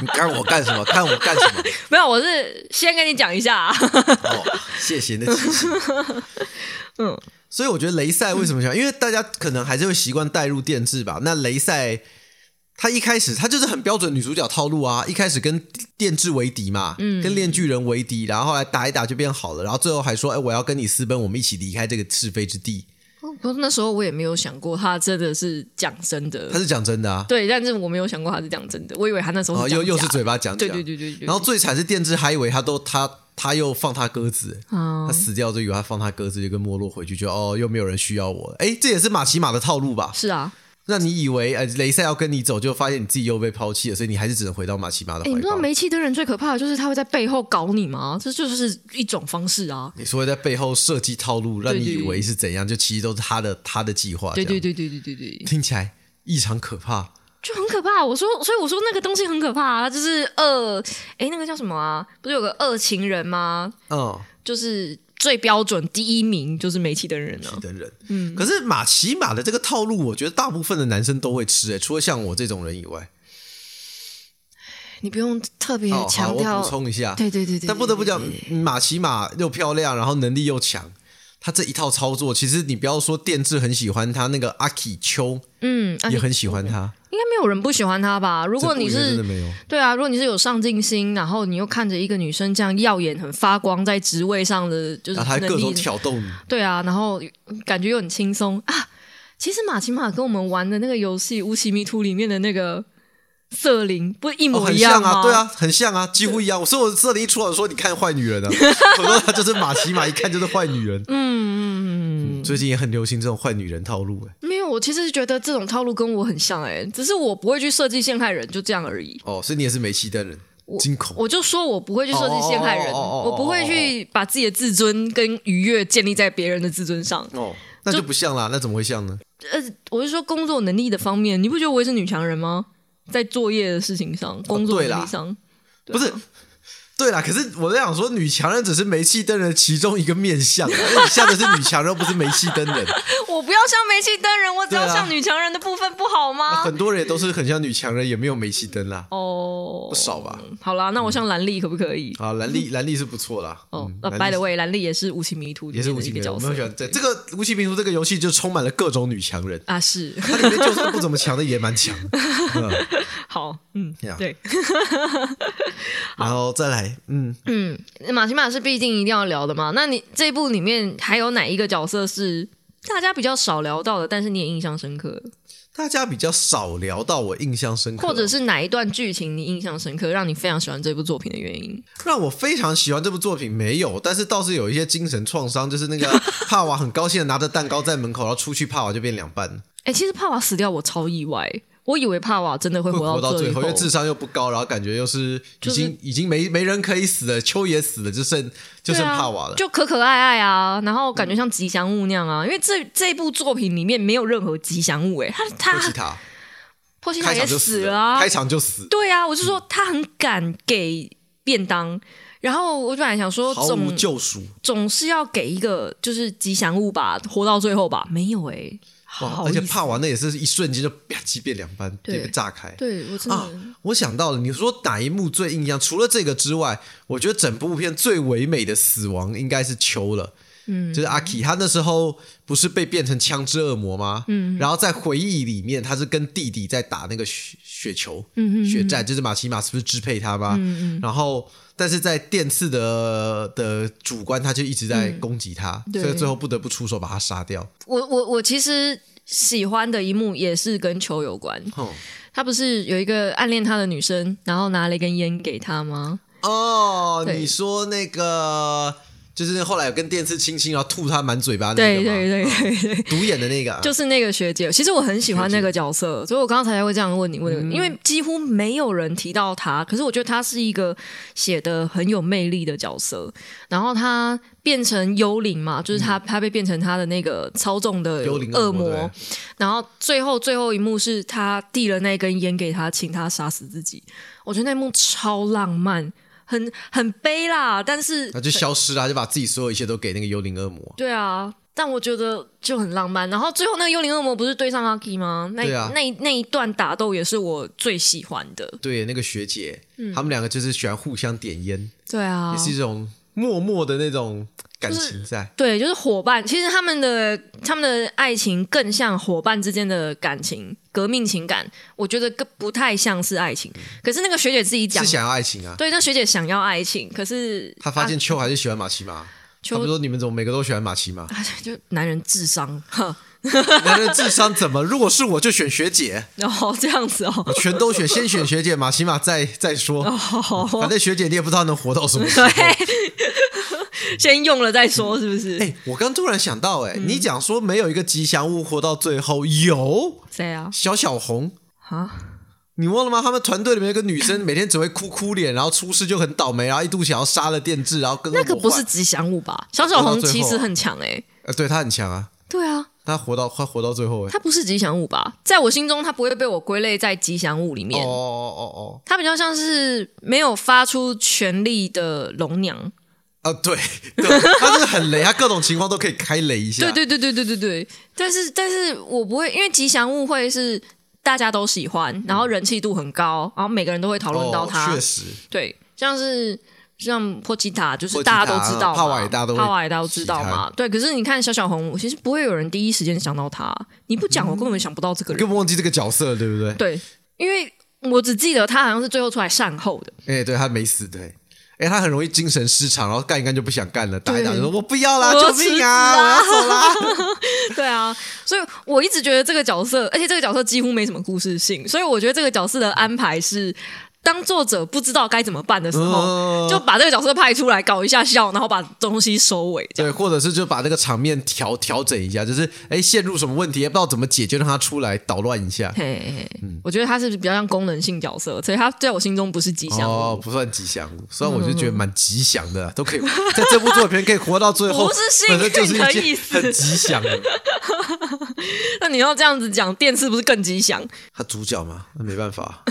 Speaker 1: 你看我干什么？看我干什么？
Speaker 2: 没有，我是先跟你讲一下、 啊，
Speaker 1: 哦，谢谢你的提醒。
Speaker 2: 嗯，
Speaker 1: 所以我觉得雷赛为什么喜欢？因为大家可能还是会习惯带入电治吧。那雷赛她一开始她就是很标准女主角套路啊，一开始跟电治为敌嘛，嗯，跟炼巨人为敌，然后后来打一打就变好了，然后最后还说，哎，我要跟你私奔，我们一起离开这个是非之地。
Speaker 2: 不是那时候我也没有想过他真的是讲真
Speaker 1: 他
Speaker 2: 的，
Speaker 1: 是讲真的啊，
Speaker 2: 对，但是我没有想过他是讲真的，我以为他那时候
Speaker 1: 哦，
Speaker 2: 是讲
Speaker 1: 又又是
Speaker 2: 假的
Speaker 1: 嘴巴讲
Speaker 2: 对
Speaker 1: 讲，
Speaker 2: 对对对对，
Speaker 1: 然后最惨是电治还以为他都他他又放他鸽子，
Speaker 2: 啊
Speaker 1: 他，死掉就以为他放他鸽子，就跟没落回去，就哦又没有人需要我，哎，这也是马奇马的套路吧？
Speaker 2: 是啊，
Speaker 1: 那你以为呃雷赛要跟你走，就发现你自己又被抛弃了，所以你还是只能回到马奇马的怀
Speaker 2: 哎，你不知道
Speaker 1: 抱。
Speaker 2: 煤气灯人最可怕的就是他会在背后搞你吗？这就是一种方式啊！
Speaker 1: 你说在背后设计套路，让你
Speaker 2: 对对
Speaker 1: 以
Speaker 2: 对
Speaker 1: 为是怎样，就其实都是他的他的计划。
Speaker 2: 对
Speaker 1: 这
Speaker 2: 对
Speaker 1: 样，
Speaker 2: 对对对对对，
Speaker 1: 听起来异常可怕。
Speaker 2: 就很可怕。我说，所以我说那个东西很可怕、啊，就是恶，哎，那个叫什么啊？不是有个恶情人吗？
Speaker 1: 嗯，
Speaker 2: 就是最标准第一名就是煤气灯人啊
Speaker 1: 你。的人，嗯，可是马奇马的这个套路，我觉得大部分的男生都会吃、欸，除了像我这种人以外。
Speaker 2: 你不用特别
Speaker 1: 哦，好，
Speaker 2: 强
Speaker 1: 我
Speaker 2: 调，
Speaker 1: 补充一下，
Speaker 2: 对对对对，
Speaker 1: 但不得不
Speaker 2: 对
Speaker 1: 讲，马奇马又漂亮，然后能力又强，他这一套操作，其实你不要说电治很喜欢他，那个阿基秋
Speaker 2: 嗯，啊、
Speaker 1: 也很喜欢他。
Speaker 2: 应该没有人不喜欢他吧？如
Speaker 1: 如
Speaker 2: 果你
Speaker 1: 真的
Speaker 2: 是
Speaker 1: 没有，
Speaker 2: 对啊，如果你是有上进心，然后你又看着一个女生这样耀眼、很发光，在职位上的就是
Speaker 1: 然啊后他还各
Speaker 2: 能力
Speaker 1: 种挑逗你。
Speaker 2: 对啊，然后感觉又很轻松啊。其实马奇马跟我们玩的那个游戏《乌奇迷途》里面的那个瑟琳，不是一
Speaker 1: 哦
Speaker 2: 模
Speaker 1: 很
Speaker 2: 一
Speaker 1: 像
Speaker 2: 样
Speaker 1: 啊，
Speaker 2: 吗？
Speaker 1: 对啊，，很像啊，几乎一样。我说我这里一出来，我说你看坏女人啊， 我说她就是马奇马，一看就是坏女人。嗯嗯嗯，最近也很流行这种坏女人套路、哎。
Speaker 2: 没有，我其实觉得这种套路跟我很像哎、只是我不会去设计陷害人，就这样而已。
Speaker 1: 哦，所以你也是煤气灯人，惊恐。
Speaker 2: 我就说我不会去设计陷害人，
Speaker 1: 哦哦哦哦哦哦
Speaker 2: 我不会去把自己的自尊跟愉悦建立在别人的自尊上。
Speaker 1: 哦，那就不像啦，那怎么会像呢？
Speaker 2: 呃，我是说工作能力的方面，你不觉得我也是女强人吗？在作业的事情上，工作
Speaker 1: 哦对啦
Speaker 2: 能力上，
Speaker 1: 不是。对啦，可是我在想说，女强人只是煤气灯人的其中一个面 相，啊因为你像的是女强人，不是煤气灯人。
Speaker 2: 我不要像煤气灯人，我只要
Speaker 1: 对啊
Speaker 2: 像女强人的部分不好吗？
Speaker 1: 很多人也都是很像女强人，也没有煤气灯啦。
Speaker 2: 哦，
Speaker 1: 不少吧
Speaker 2: 嗯好啦，那我像兰丽可不可以？
Speaker 1: 啊，兰丽，兰丽是不错啦。
Speaker 2: 嗯哦
Speaker 1: 嗯，
Speaker 2: 那
Speaker 1: 兰丽
Speaker 2: by the way，兰丽也是无情迷途里
Speaker 1: 也是
Speaker 2: 面
Speaker 1: 无
Speaker 2: 的一
Speaker 1: 情
Speaker 2: 个
Speaker 1: 迷途，
Speaker 2: 角
Speaker 1: 我
Speaker 2: 色，
Speaker 1: 们很喜欢。对这个无情迷途这个游戏就充满了各种女强人，
Speaker 2: 啊，是
Speaker 1: 它里面就算不怎么强的也 蛮强的。
Speaker 2: 好，嗯
Speaker 1: 呀，
Speaker 2: 对，
Speaker 1: 然后再来来，嗯，
Speaker 2: 嗯，马奇马是必定一定要聊的嘛。那你这部里面还有哪一个角色是大家比较少聊到的，但是你也印象深刻的，
Speaker 1: 大家比较少聊到我印象深刻，
Speaker 2: 或者是哪一段剧情你印象深刻，让你非常喜欢这部作品的原因？
Speaker 1: 让我非常喜欢这部作品没有，但是倒是有一些精神创伤，就是那 个帕瓦很高兴的拿着蛋糕在门口，然后出去帕瓦就变两 半，
Speaker 2: 哎、其实帕瓦死掉我超意外，我以为帕瓦真的会
Speaker 1: 会
Speaker 2: 活
Speaker 1: 活到
Speaker 2: 最
Speaker 1: 最后，因为智商又不高，然后感觉又是已
Speaker 2: 就是
Speaker 1: 经、已经没没人可以死了，秋也死了，就剩就
Speaker 2: 对
Speaker 1: 剩帕瓦了
Speaker 2: 啊，。就可可爱爱啊，然后感觉像吉祥物那样啊。因为这这部作品里面没有任何吉祥物、欸，哎，他
Speaker 1: 波奇
Speaker 2: 他
Speaker 1: 塔
Speaker 2: 破西塔
Speaker 1: 开
Speaker 2: 也
Speaker 1: 场就
Speaker 2: 死
Speaker 1: 了，
Speaker 2: 了啊
Speaker 1: 开，场就死，
Speaker 2: 对啊，我就说他很敢给便当。然后我本来想说
Speaker 1: 毫无
Speaker 2: 总
Speaker 1: 救赎。
Speaker 2: 总是要给一个就是吉祥物吧，活到最后吧，没有哎、
Speaker 1: 哇！
Speaker 2: 好
Speaker 1: 而且
Speaker 2: 意思
Speaker 1: 帕瓦那也是一瞬间就啪叽变两半，
Speaker 2: 对
Speaker 1: 就被炸开。
Speaker 2: 对我真的、
Speaker 1: 啊，我想到了，你说哪一幕最印象？除了这个之外，我觉得整部片最唯美的死亡应该是秋了。嗯，就是阿 K，他那时候不是被变成枪支恶魔吗？嗯，然后在回忆里面，他是跟弟弟在打那个雪雪球，嗯嗯，血战，就是马奇马是不是支配他吗？嗯嗯，然后但是在电刺的的主观，他就一直在攻击他，
Speaker 2: 对
Speaker 1: 所以最后不得不出手把他杀掉。
Speaker 2: 我我我其实喜欢的一幕也是跟球有关。
Speaker 1: 哦
Speaker 2: 他不是有一个暗恋他的女生，然后拿了一根烟给他吗？
Speaker 1: 哦，
Speaker 2: 对
Speaker 1: 你说那个就是后来有跟电视亲亲，然后吐他满嘴巴那个
Speaker 2: 对
Speaker 1: 吗
Speaker 2: 对对对对，
Speaker 1: 独眼的那个啊，
Speaker 2: 就是那个学姐。其实我很喜欢那个角色，所以我刚才才会这样问你问
Speaker 1: 嗯
Speaker 2: 你，因为几乎没有人提到她，可是我觉得她是一个写的很有魅力的角色。然后她变成幽灵嘛，就是她她被变成她的那个操纵的
Speaker 1: 嗯幽灵
Speaker 2: 恶
Speaker 1: 恶魔对
Speaker 2: 然后最后最后一幕是她递了那根烟给她，请她杀死自己。我觉得那幕超浪漫，很很悲啦，但是
Speaker 1: 那就消失了，就把自己所有一切都给那个幽灵恶魔。
Speaker 2: 对啊，但我觉得就很浪漫。然后最后那个幽灵恶魔不是对上阿 K 吗？那、
Speaker 1: 对啊
Speaker 2: 那一那一段打斗也是我最喜欢的。
Speaker 1: 对，那个学姐，他们两个就是喜欢互相点烟，
Speaker 2: 对嗯啊
Speaker 1: 也是一种默默的那种感情在。
Speaker 2: 对，就是伙伴。其实他们的他们的爱情更像伙伴之间的感情，革命情感。我觉得更不太像是爱情。可是那个学姐自己
Speaker 1: 嗯
Speaker 2: 讲
Speaker 1: 是，想要爱情啊。
Speaker 2: 对，那学姐想要爱情，可是
Speaker 1: 他发
Speaker 2: 啊
Speaker 1: 现秋还是喜欢马奇马，他
Speaker 2: 秋
Speaker 1: 们说你们怎么每个都喜欢马奇马？
Speaker 2: 啊就男人智商， 呵
Speaker 1: 男人智商怎么？如果是我就选学姐，
Speaker 2: 然后这样子哦
Speaker 1: 我。全都选，先选学姐马奇马再再说。
Speaker 2: 哦，
Speaker 1: 反正学姐你也不知道能活到什么 时候。
Speaker 2: 对，先用了再说，是不是？
Speaker 1: 哎、我刚突然想到、哎、你讲说没有一个吉祥物活到最后，有
Speaker 2: 谁啊？
Speaker 1: 小小红，
Speaker 2: 啊，
Speaker 1: 你忘了吗？他们团队里面有个女生，每天只会哭哭脸，然后出事就很倒霉，然后一度想要杀了电治，然后跟
Speaker 2: 那
Speaker 1: 恶
Speaker 2: 个
Speaker 1: 魔
Speaker 2: 不
Speaker 1: 换
Speaker 2: 是吉祥物吧？小小红
Speaker 1: 活到最后
Speaker 2: 其
Speaker 1: 啊
Speaker 2: 实很强哎、
Speaker 1: 呃，对她很强啊，
Speaker 2: 对啊，
Speaker 1: 她活到她活到最后、哎，
Speaker 2: 它不是吉祥物吧？在我心中，它不会被我归类在吉祥物里
Speaker 1: 哦
Speaker 2: 面。
Speaker 1: 哦哦
Speaker 2: 它比较像是没有发出全力的龙娘，
Speaker 1: 哦，啊，对，对，她真的很雷，她各种情况都可以开雷一下，
Speaker 2: 对对对对对对对。但是但是我不会，因为吉祥物会是大家都喜欢，然后人气度很高，然后每个人都会讨论到它。
Speaker 1: 哦确实，
Speaker 2: 对，像是像波吉塔，就是
Speaker 1: 波吉塔
Speaker 2: 大家都知道嘛，
Speaker 1: 帕瓦也大家都会
Speaker 2: 帕瓦也大家都知道嘛。对，可是你看小小红，其实不会有人第一时间想到他，你不讲，我根本想不到这个
Speaker 1: 你
Speaker 2: 人。
Speaker 1: 根本忘记这个角色了，对不对？
Speaker 2: 对，因为我只记得他好像是最后出来善后 的。
Speaker 1: 哎、对他没死，对。哎、他很容易精神失常，然后干一干就不想干了，打一打
Speaker 2: 对
Speaker 1: 就说“我不要啦，
Speaker 2: 我要
Speaker 1: 救命
Speaker 2: 辞职啊
Speaker 1: 啊，我要走啦
Speaker 2: 对啊，所以我一直觉得这个角色，而且这个角色几乎没什么故事性，所以我觉得这个角色的安排是。当作者不知道该怎么办的时候，
Speaker 1: 嗯
Speaker 2: 就把这个角色派出来搞一下笑，然后把东西收尾”。这样。
Speaker 1: 对，或者是就把那个场面调调整一下，就是哎、陷入什么问题也不知道怎么解决，让他出来捣乱一下。
Speaker 2: 嘿嘿，嘿我觉得他是比较像功能性角色，所以他在我心中不是吉祥物，
Speaker 1: 哦，不算吉祥物，虽然我就觉得蛮吉祥的，都可以在这部作品可以活到最后，
Speaker 2: 嗯不是幸
Speaker 1: 本身就是
Speaker 2: 运的
Speaker 1: 一
Speaker 2: 意
Speaker 1: 件
Speaker 2: 思
Speaker 1: 很吉祥 的。
Speaker 2: 那你要这样子讲，电视不是更吉祥？
Speaker 1: 他主角嘛，那没办 法，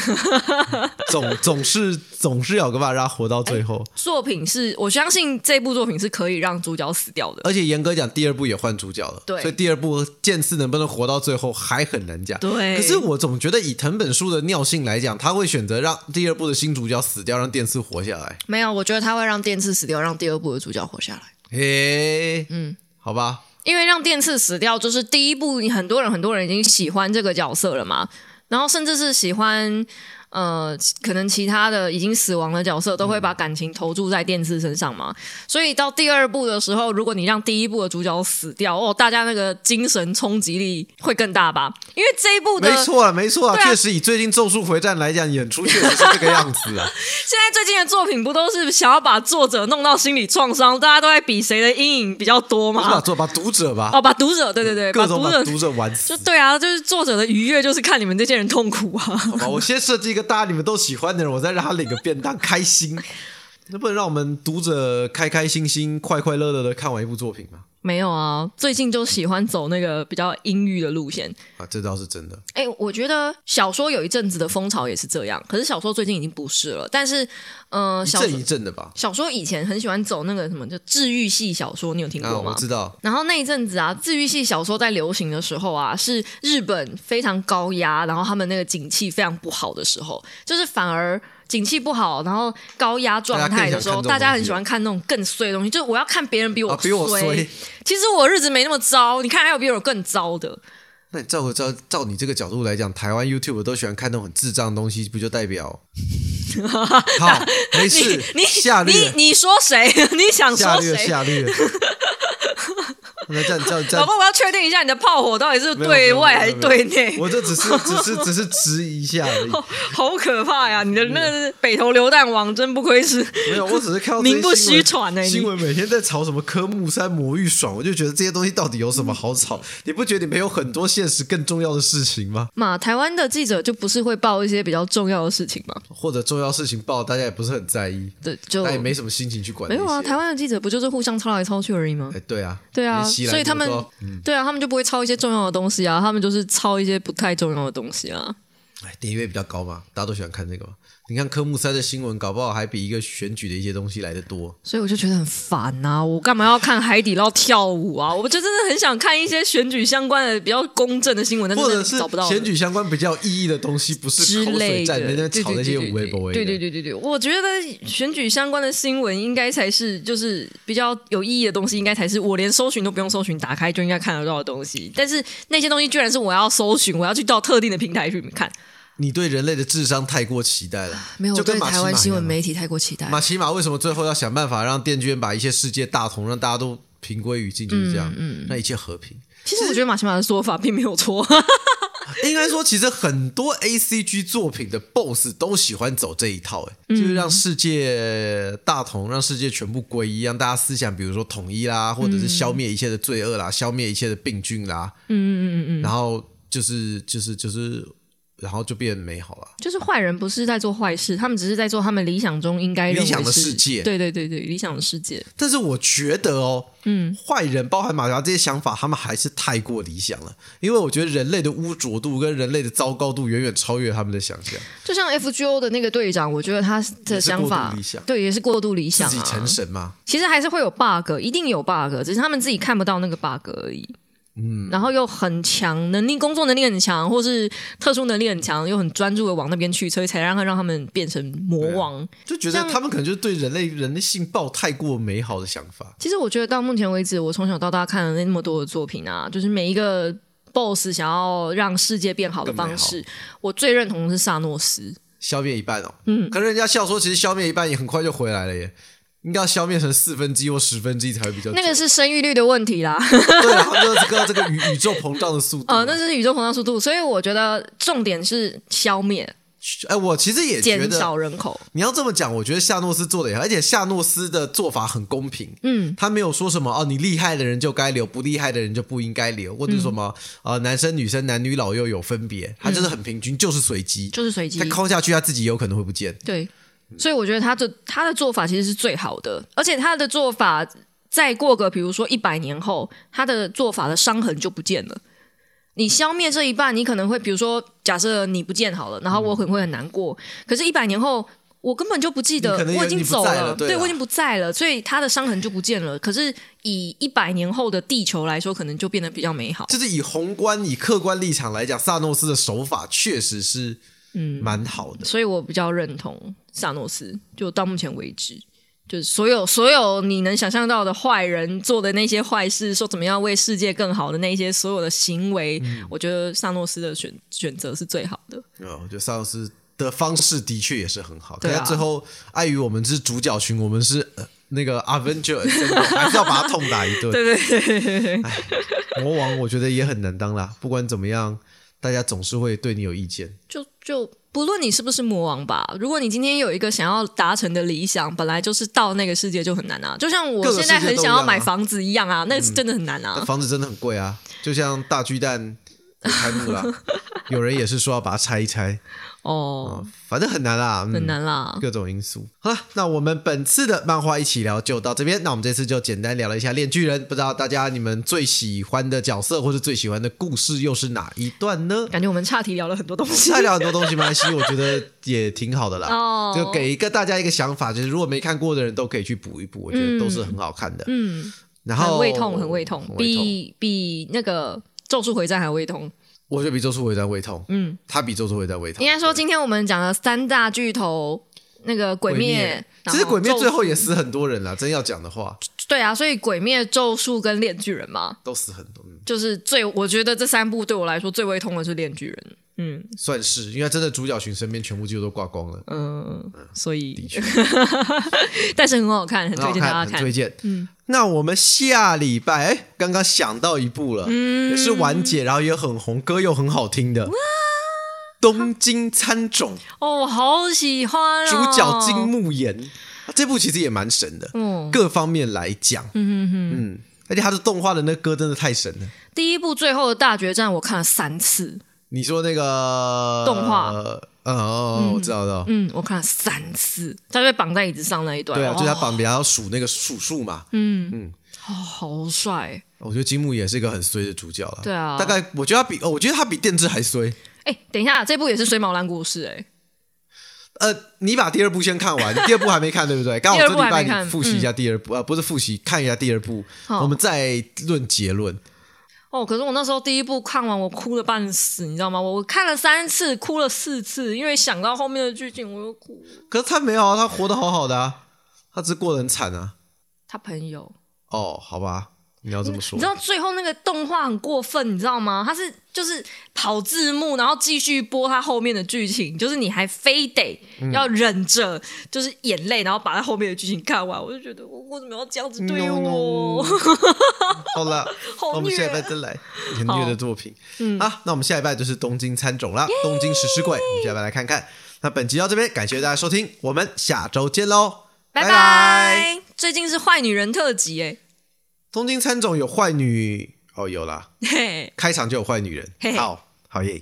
Speaker 1: 总总是总是要有个办法让他活到最后。
Speaker 2: 作品是我相信这部作品是可以让主角死掉的。
Speaker 1: 而且严格讲，第二部也换主角了，
Speaker 2: 对
Speaker 1: 所以第二部剑次能不能活到最后还很难讲。
Speaker 2: 对
Speaker 1: 可是我总觉得以藤本树的尿性来讲，他会选择让第二部的新主角死掉，让电次活下来。
Speaker 2: 没有，我觉得他会让电次死掉，让第二部的主角活下来。
Speaker 1: 嘿，嗯，好吧，
Speaker 2: 因为让电次死掉，就是第一部，很多人很多人已经喜欢这个角色了嘛，然后甚至是喜欢呃，可能其他的已经死亡的角色都会把感情投注在电视身上嘛。所以到第二部的时候，如果你让第一部的主角死掉，哦，大家那个精神冲击力会更大吧？因为这一部的
Speaker 1: 没错啊，没错啊，
Speaker 2: 对啊
Speaker 1: 确实以最近《咒术回战》来讲，演出确实是这个样子 啊。
Speaker 2: 现在最近的作品不都是想要把作者弄到心理创伤，大家都在比谁的阴影比较多
Speaker 1: 不是吧？
Speaker 2: 吗？
Speaker 1: 做吧，读者吧，
Speaker 2: 哦，把读者，对对对，
Speaker 1: 各种
Speaker 2: 把
Speaker 1: 把
Speaker 2: 读者
Speaker 1: 读者玩死
Speaker 2: 就。对啊，就是作者的愉悦就是看你们这些人痛苦啊。
Speaker 1: 好吧，我先设计一个大家你们都喜欢的人，我再让他领个便当，开心。能不能让我们读者开开心心、快快乐乐的看完一部作品吗？
Speaker 2: 没有啊，最近就喜欢走那个比较阴郁的路线。
Speaker 1: 啊，这倒是真的。
Speaker 2: 哎，我觉得小说有一阵子的风潮也是这样，可是小说最近已经不是了。但是，呃，
Speaker 1: 一
Speaker 2: 小
Speaker 1: 阵一阵的吧。
Speaker 2: 小说以前很喜欢走那个什么，就治愈系小说，你有听
Speaker 1: 啊，
Speaker 2: 过吗？
Speaker 1: 我知道，
Speaker 2: 然后那一阵子啊，治愈系小说在流行的时候啊，是日本非常高压，然后他们那个景气非常不好的时候，就是反而景气不好，然后高压状态的时候，大
Speaker 1: 大家更想看这种东西
Speaker 2: 家很喜欢看那种更衰的东西，就是我要看别人比我
Speaker 1: 啊，比我衰。
Speaker 2: 其实我日子没那么糟，你看还有比我更糟 的。
Speaker 1: 那你照照照你这个角度来讲，台湾 YouTube 都喜欢看那种很智障的东西，不就代表？ 好，没事，
Speaker 2: 你
Speaker 1: 下
Speaker 2: 你
Speaker 1: 略，
Speaker 2: 你说谁？ 你想
Speaker 1: 下
Speaker 2: 说
Speaker 1: 略，
Speaker 2: 谁？
Speaker 1: 下 略。那这样这样这
Speaker 2: 老
Speaker 1: 样
Speaker 2: 婆，我要确定一下你的炮火到底是
Speaker 1: 没有
Speaker 2: 对外还是
Speaker 1: 没有没
Speaker 2: 对
Speaker 1: 有
Speaker 2: 内，
Speaker 1: 我这只是只是只是质疑一下而已，
Speaker 2: 哦好可怕呀！你的那个北投榴弹网真不愧是
Speaker 1: 没有，我只是看到这些
Speaker 2: 名不虚
Speaker 1: 新闻
Speaker 2: 传欸你
Speaker 1: 新闻每天在吵什么科目三魔芋爽，我就觉得这些东西到底有什么好吵？你不觉得你们有很多现实更重要的事情吗？
Speaker 2: 嘛，台湾的记者就不是会报一些比较重要的事情嘛？
Speaker 1: 或者重要事情报，大家也不是很在意，
Speaker 2: 对，就
Speaker 1: 哦那也没什么心情去管那
Speaker 2: 没
Speaker 1: 些。
Speaker 2: 有啊。台湾的记者不就是互相抄来抄去而已吗？
Speaker 1: 哎，对啊，
Speaker 2: 对啊，
Speaker 1: 连西兰
Speaker 2: 所以他们
Speaker 1: 都说嗯
Speaker 2: 对啊，他们就不会抄一些重要的东西啊，他们就是抄一些不太重要的东西啊。
Speaker 1: 哎点阅比较高嘛，大家都喜欢看这个嘛。你看科目三的新闻，搞不好还比一个选举的一些东西来的多。
Speaker 2: 所以我就觉得很烦呐、我干嘛要看海底捞跳舞啊？我就真的很想看一些选举相关的比较公正的新闻，但
Speaker 1: 或
Speaker 2: 真
Speaker 1: 者
Speaker 2: 的
Speaker 1: 是
Speaker 2: 找不到了
Speaker 1: 选举相关比较有意义的东西，不
Speaker 2: 之
Speaker 1: 是口
Speaker 2: 类
Speaker 1: 水战，
Speaker 2: 的，
Speaker 1: 在那边
Speaker 2: 对
Speaker 1: 吵
Speaker 2: 对
Speaker 1: 那些
Speaker 2: 对
Speaker 1: 无微不微的。
Speaker 2: 对对对对对，我觉得选举相关的新闻应该才是就是比较有意义的东西，应该才是我连搜寻都不用搜寻，打开就应该看得到的东西。但是那些东西居然是我要搜寻，我要去到特定的平台去看，
Speaker 1: 你对人类的智商太过期待了，
Speaker 2: 啊没有
Speaker 1: 就
Speaker 2: 我
Speaker 1: 跟
Speaker 2: 对
Speaker 1: 马奇
Speaker 2: 台
Speaker 1: 马
Speaker 2: 湾
Speaker 1: 一
Speaker 2: 新闻
Speaker 1: 样啊
Speaker 2: 媒体太过期待。
Speaker 1: 马奇马为什么最后要想办法让电锯把一些世界大同，让大家都平归于尽，就是这
Speaker 2: 嗯
Speaker 1: 样，那一切和平。
Speaker 2: 其实我觉得马奇马的说法并没有错，
Speaker 1: 应该说，其实很多 A C G 作品的 BOSS 都喜欢走这一套、哎、就是让世界大同，让世界全部归一，让大家思想，比如说统一啦，或者是消灭一切的罪恶啦，消灭一切的病菌啦，嗯嗯嗯嗯，然后就是就是就是，然后就变美好了。
Speaker 2: 就是坏人不是在做坏事，他们只是在做他们理想中应该认为
Speaker 1: 理想的
Speaker 2: 是
Speaker 1: 世界
Speaker 2: 对对对对，理想的世界。
Speaker 1: 但是我觉得哦，嗯，坏人包含马达这些想法，他们还是太过理想了，因为我觉得人类的污浊度跟人类的糟糕度远远超越他们的想象，
Speaker 2: 就像 FGO 的那个队长，我觉得他
Speaker 1: 也
Speaker 2: 的
Speaker 1: 是
Speaker 2: 想
Speaker 1: 过度
Speaker 2: 法
Speaker 1: 理想
Speaker 2: 对也是过度理想、啊，
Speaker 1: 自己成神嘛。
Speaker 2: 其实还是会有 bug，一定有 bug，只是他们自己看不到那个 bug 而已。嗯，然后又很强，能力工作能力很强，或是特殊能力很强，又很专注的往那边去，所以才让他让他们变成魔王。
Speaker 1: 就觉
Speaker 2: 像
Speaker 1: 得他们可能就对人类人类性抱太过美好的想法，
Speaker 2: 其实我觉得到目前为止，我从小到大看了那么多的作品啊，就是每一个 boss 想要让世界变好的方式，我最认同的是萨诺斯。
Speaker 1: 消灭一半哦。嗯，可是人家笑说，其实消灭一半也很快就回来了耶，应该要消灭成四分之一或十分之一才会比较久。
Speaker 2: 那个是生育率的问题啦，
Speaker 1: 呃 对啊，他们就是跟这个宇宇 宙膨胀的速度嘛。
Speaker 2: 呃，那是宇宙膨胀速度，所以我觉得重点是消灭、
Speaker 1: 哎，我其实也觉
Speaker 2: 减
Speaker 1: 得
Speaker 2: 少人口。
Speaker 1: 你要这么讲，我觉得夏诺斯做的也好，而且夏诺斯的做法很公平。
Speaker 2: 嗯，
Speaker 1: 他没有说什么哦，你厉害的人就该留，不厉害的人就不应该
Speaker 2: 嗯
Speaker 1: 留，或者是什么、呃，男生女生男女老幼有分别，他就是很平均，就是随机，
Speaker 2: 就是随机
Speaker 1: 他抠下去，他自己有可能会不见。
Speaker 2: 对，所以我觉得他的他的做法其实是最好的，而且他的做法再过个比如说一百年后，他的做法的伤痕就不见了。你消灭这一半，你可能会比如说，假设你不见好了，然后我可能会很难过。可是，一百年后我根本就不记得
Speaker 1: 你可能，也
Speaker 2: 我已经
Speaker 1: 你不
Speaker 2: 走
Speaker 1: 在了对啊
Speaker 2: 我已经不在了，所以他的伤痕就不见了。可是以一百年后的地球来说，可能就变得比较美好。
Speaker 1: 就是以宏观、以客观立场来讲，萨诺斯的手法确实是嗯蛮好的。
Speaker 2: 所以我比较认同萨诺斯，就到目前为止，就是所有所有你能想象到的坏人做的那些坏事，说怎么样为世界更好的那些
Speaker 1: 嗯
Speaker 2: 所有的行为，我觉得萨诺斯的选选择是最好的。
Speaker 1: 嗯，我觉得萨诺斯的方式的确也是很好，
Speaker 2: 对啊
Speaker 1: 但最后碍于我们是主角群，我们是、呃那个 Avenger，Assemble，还 是要把他痛打一顿。
Speaker 2: 对对对对对对，
Speaker 1: 魔王我觉得也很难当啦，不管怎么样，大家总是会对你有意见。
Speaker 2: 就就不论你是不是魔王吧，如果你今天有一个想要达成的理想，本来就是到那个世界就很难啊。就像我
Speaker 1: 各个
Speaker 2: 现在
Speaker 1: 世界
Speaker 2: 很
Speaker 1: 都一
Speaker 2: 想
Speaker 1: 样啊嗯
Speaker 2: 要买房子一样啊，那个是真的很难
Speaker 1: 那
Speaker 2: 啊。
Speaker 1: 房子真的很贵啊，就像大巨蛋也开幕 了，有人也是说要把它拆一拆，
Speaker 2: 哦，
Speaker 1: 反正很难啦，嗯
Speaker 2: 很难啦。
Speaker 1: 各种因素。好了，那我们本次的漫画一起聊就到这边。那我们这次就简单聊了一下《链锯人》，不知道大家你们最喜欢的角色或是最喜欢的故事又是哪一段 呢？
Speaker 2: 感觉我们岔题聊了很多东西。
Speaker 1: 再聊很多东西没关系，我觉得也挺好的啦。
Speaker 2: 哦
Speaker 1: 就给一个大家一个想法，就是如果没看过的人都可以去补一补，我觉得都是很好看的。
Speaker 2: 嗯，
Speaker 1: 然后
Speaker 2: 很胃痛，很胃痛，比比那个《咒术回战》还胃痛。
Speaker 1: 我觉得比《咒术回战》胃痛，
Speaker 2: 嗯，
Speaker 1: 他比《咒术回战》胃痛。
Speaker 2: 应该说今天我们讲了三大巨头，那个鬼
Speaker 1: 鬼
Speaker 2: 灭
Speaker 1: 灭，其实《鬼灭
Speaker 2: 然》后
Speaker 1: 最
Speaker 2: 咒
Speaker 1: 后也死很多人啦，真要讲的话，
Speaker 2: 对啊，所以《鬼灭》《咒术》跟《炼巨人》嘛，
Speaker 1: 都死很多，嗯
Speaker 2: 就是最我觉得这三部对我来说最胃痛的是《炼巨人》。嗯
Speaker 1: 算是，因为真的主角群身边全部几乎都挂光了。
Speaker 2: 嗯、呃所以
Speaker 1: 的 确，
Speaker 2: 但是很好看，很
Speaker 1: 很好
Speaker 2: 推荐大
Speaker 1: 看，
Speaker 2: 家
Speaker 1: 很推荐。嗯，那我们下礼拜，哎，刚刚想到一部了，
Speaker 2: 嗯
Speaker 1: 也是完结，然后也很红，歌又很好听的《东京参种》，
Speaker 2: 哦，我好喜欢、哦、
Speaker 1: 主角金木研，这部其实也蛮神的，
Speaker 2: 哦嗯
Speaker 1: 各方面来讲，嗯嗯嗯，而且他的动画的那歌真的太神了。
Speaker 2: 第一部最后的大决战，我看了三次。
Speaker 1: 你说那个
Speaker 2: 动画
Speaker 1: 呃哦哦，我知道，知道。
Speaker 2: 嗯，我看了三次，他被绑在椅子上那一段，
Speaker 1: 对啊，就是他
Speaker 2: 哦
Speaker 1: 绑别人要数那个数数嘛。
Speaker 2: 哦，好帅！
Speaker 1: 我觉得金木也是一个很衰的主角了。
Speaker 2: 对啊
Speaker 1: 大概我觉得他比，哦我觉得他比电治还衰。
Speaker 2: 哎，等一下，这部也是水毛兰故事哎，
Speaker 1: 呃，你把第二部先看完，第二部还没看，对 不对？刚好
Speaker 2: 第
Speaker 1: 这
Speaker 2: 二部
Speaker 1: 礼
Speaker 2: 还
Speaker 1: 拜
Speaker 2: 没看嗯
Speaker 1: 你复习一下第二部，呃，不是复习，看一下第二部，
Speaker 2: 好
Speaker 1: 我们再论结论。
Speaker 2: 哦，可是我那时候第一部看完，我哭了半死，你知道吗？我我看了三次，哭了四次，因为想到后面的剧情我又哭。
Speaker 1: 可是他没有啊，他活得好好的啊，他只是过得很惨啊。
Speaker 2: 他朋友，
Speaker 1: 哦，好吧，你要这么说
Speaker 2: 你知，道最后那个动画很过分，你知道吗？他是就是跑字幕，然后继续播他后面的剧情，就是你还非得要忍着，就是眼泪，然后把他后面的剧情看完。我就觉得我我怎么要这样子对
Speaker 1: No, no,
Speaker 2: 我
Speaker 1: 好了，
Speaker 2: 好
Speaker 1: 那我们
Speaker 2: 虐啊
Speaker 1: 下一拜再来很虐的作品。嗯，啊，那我们下一拜就是东京参种啦，东京食尸鬼，我们下一拜来看看。那本集到这边，感谢大家收听，我们下周见喽，
Speaker 2: 拜拜！最近是坏女人特辑哎、
Speaker 1: 东京参种有坏女，哦，有啦，
Speaker 2: 嘿。
Speaker 1: 开场就有坏女人
Speaker 2: 嘿，嘿
Speaker 1: 好好耶。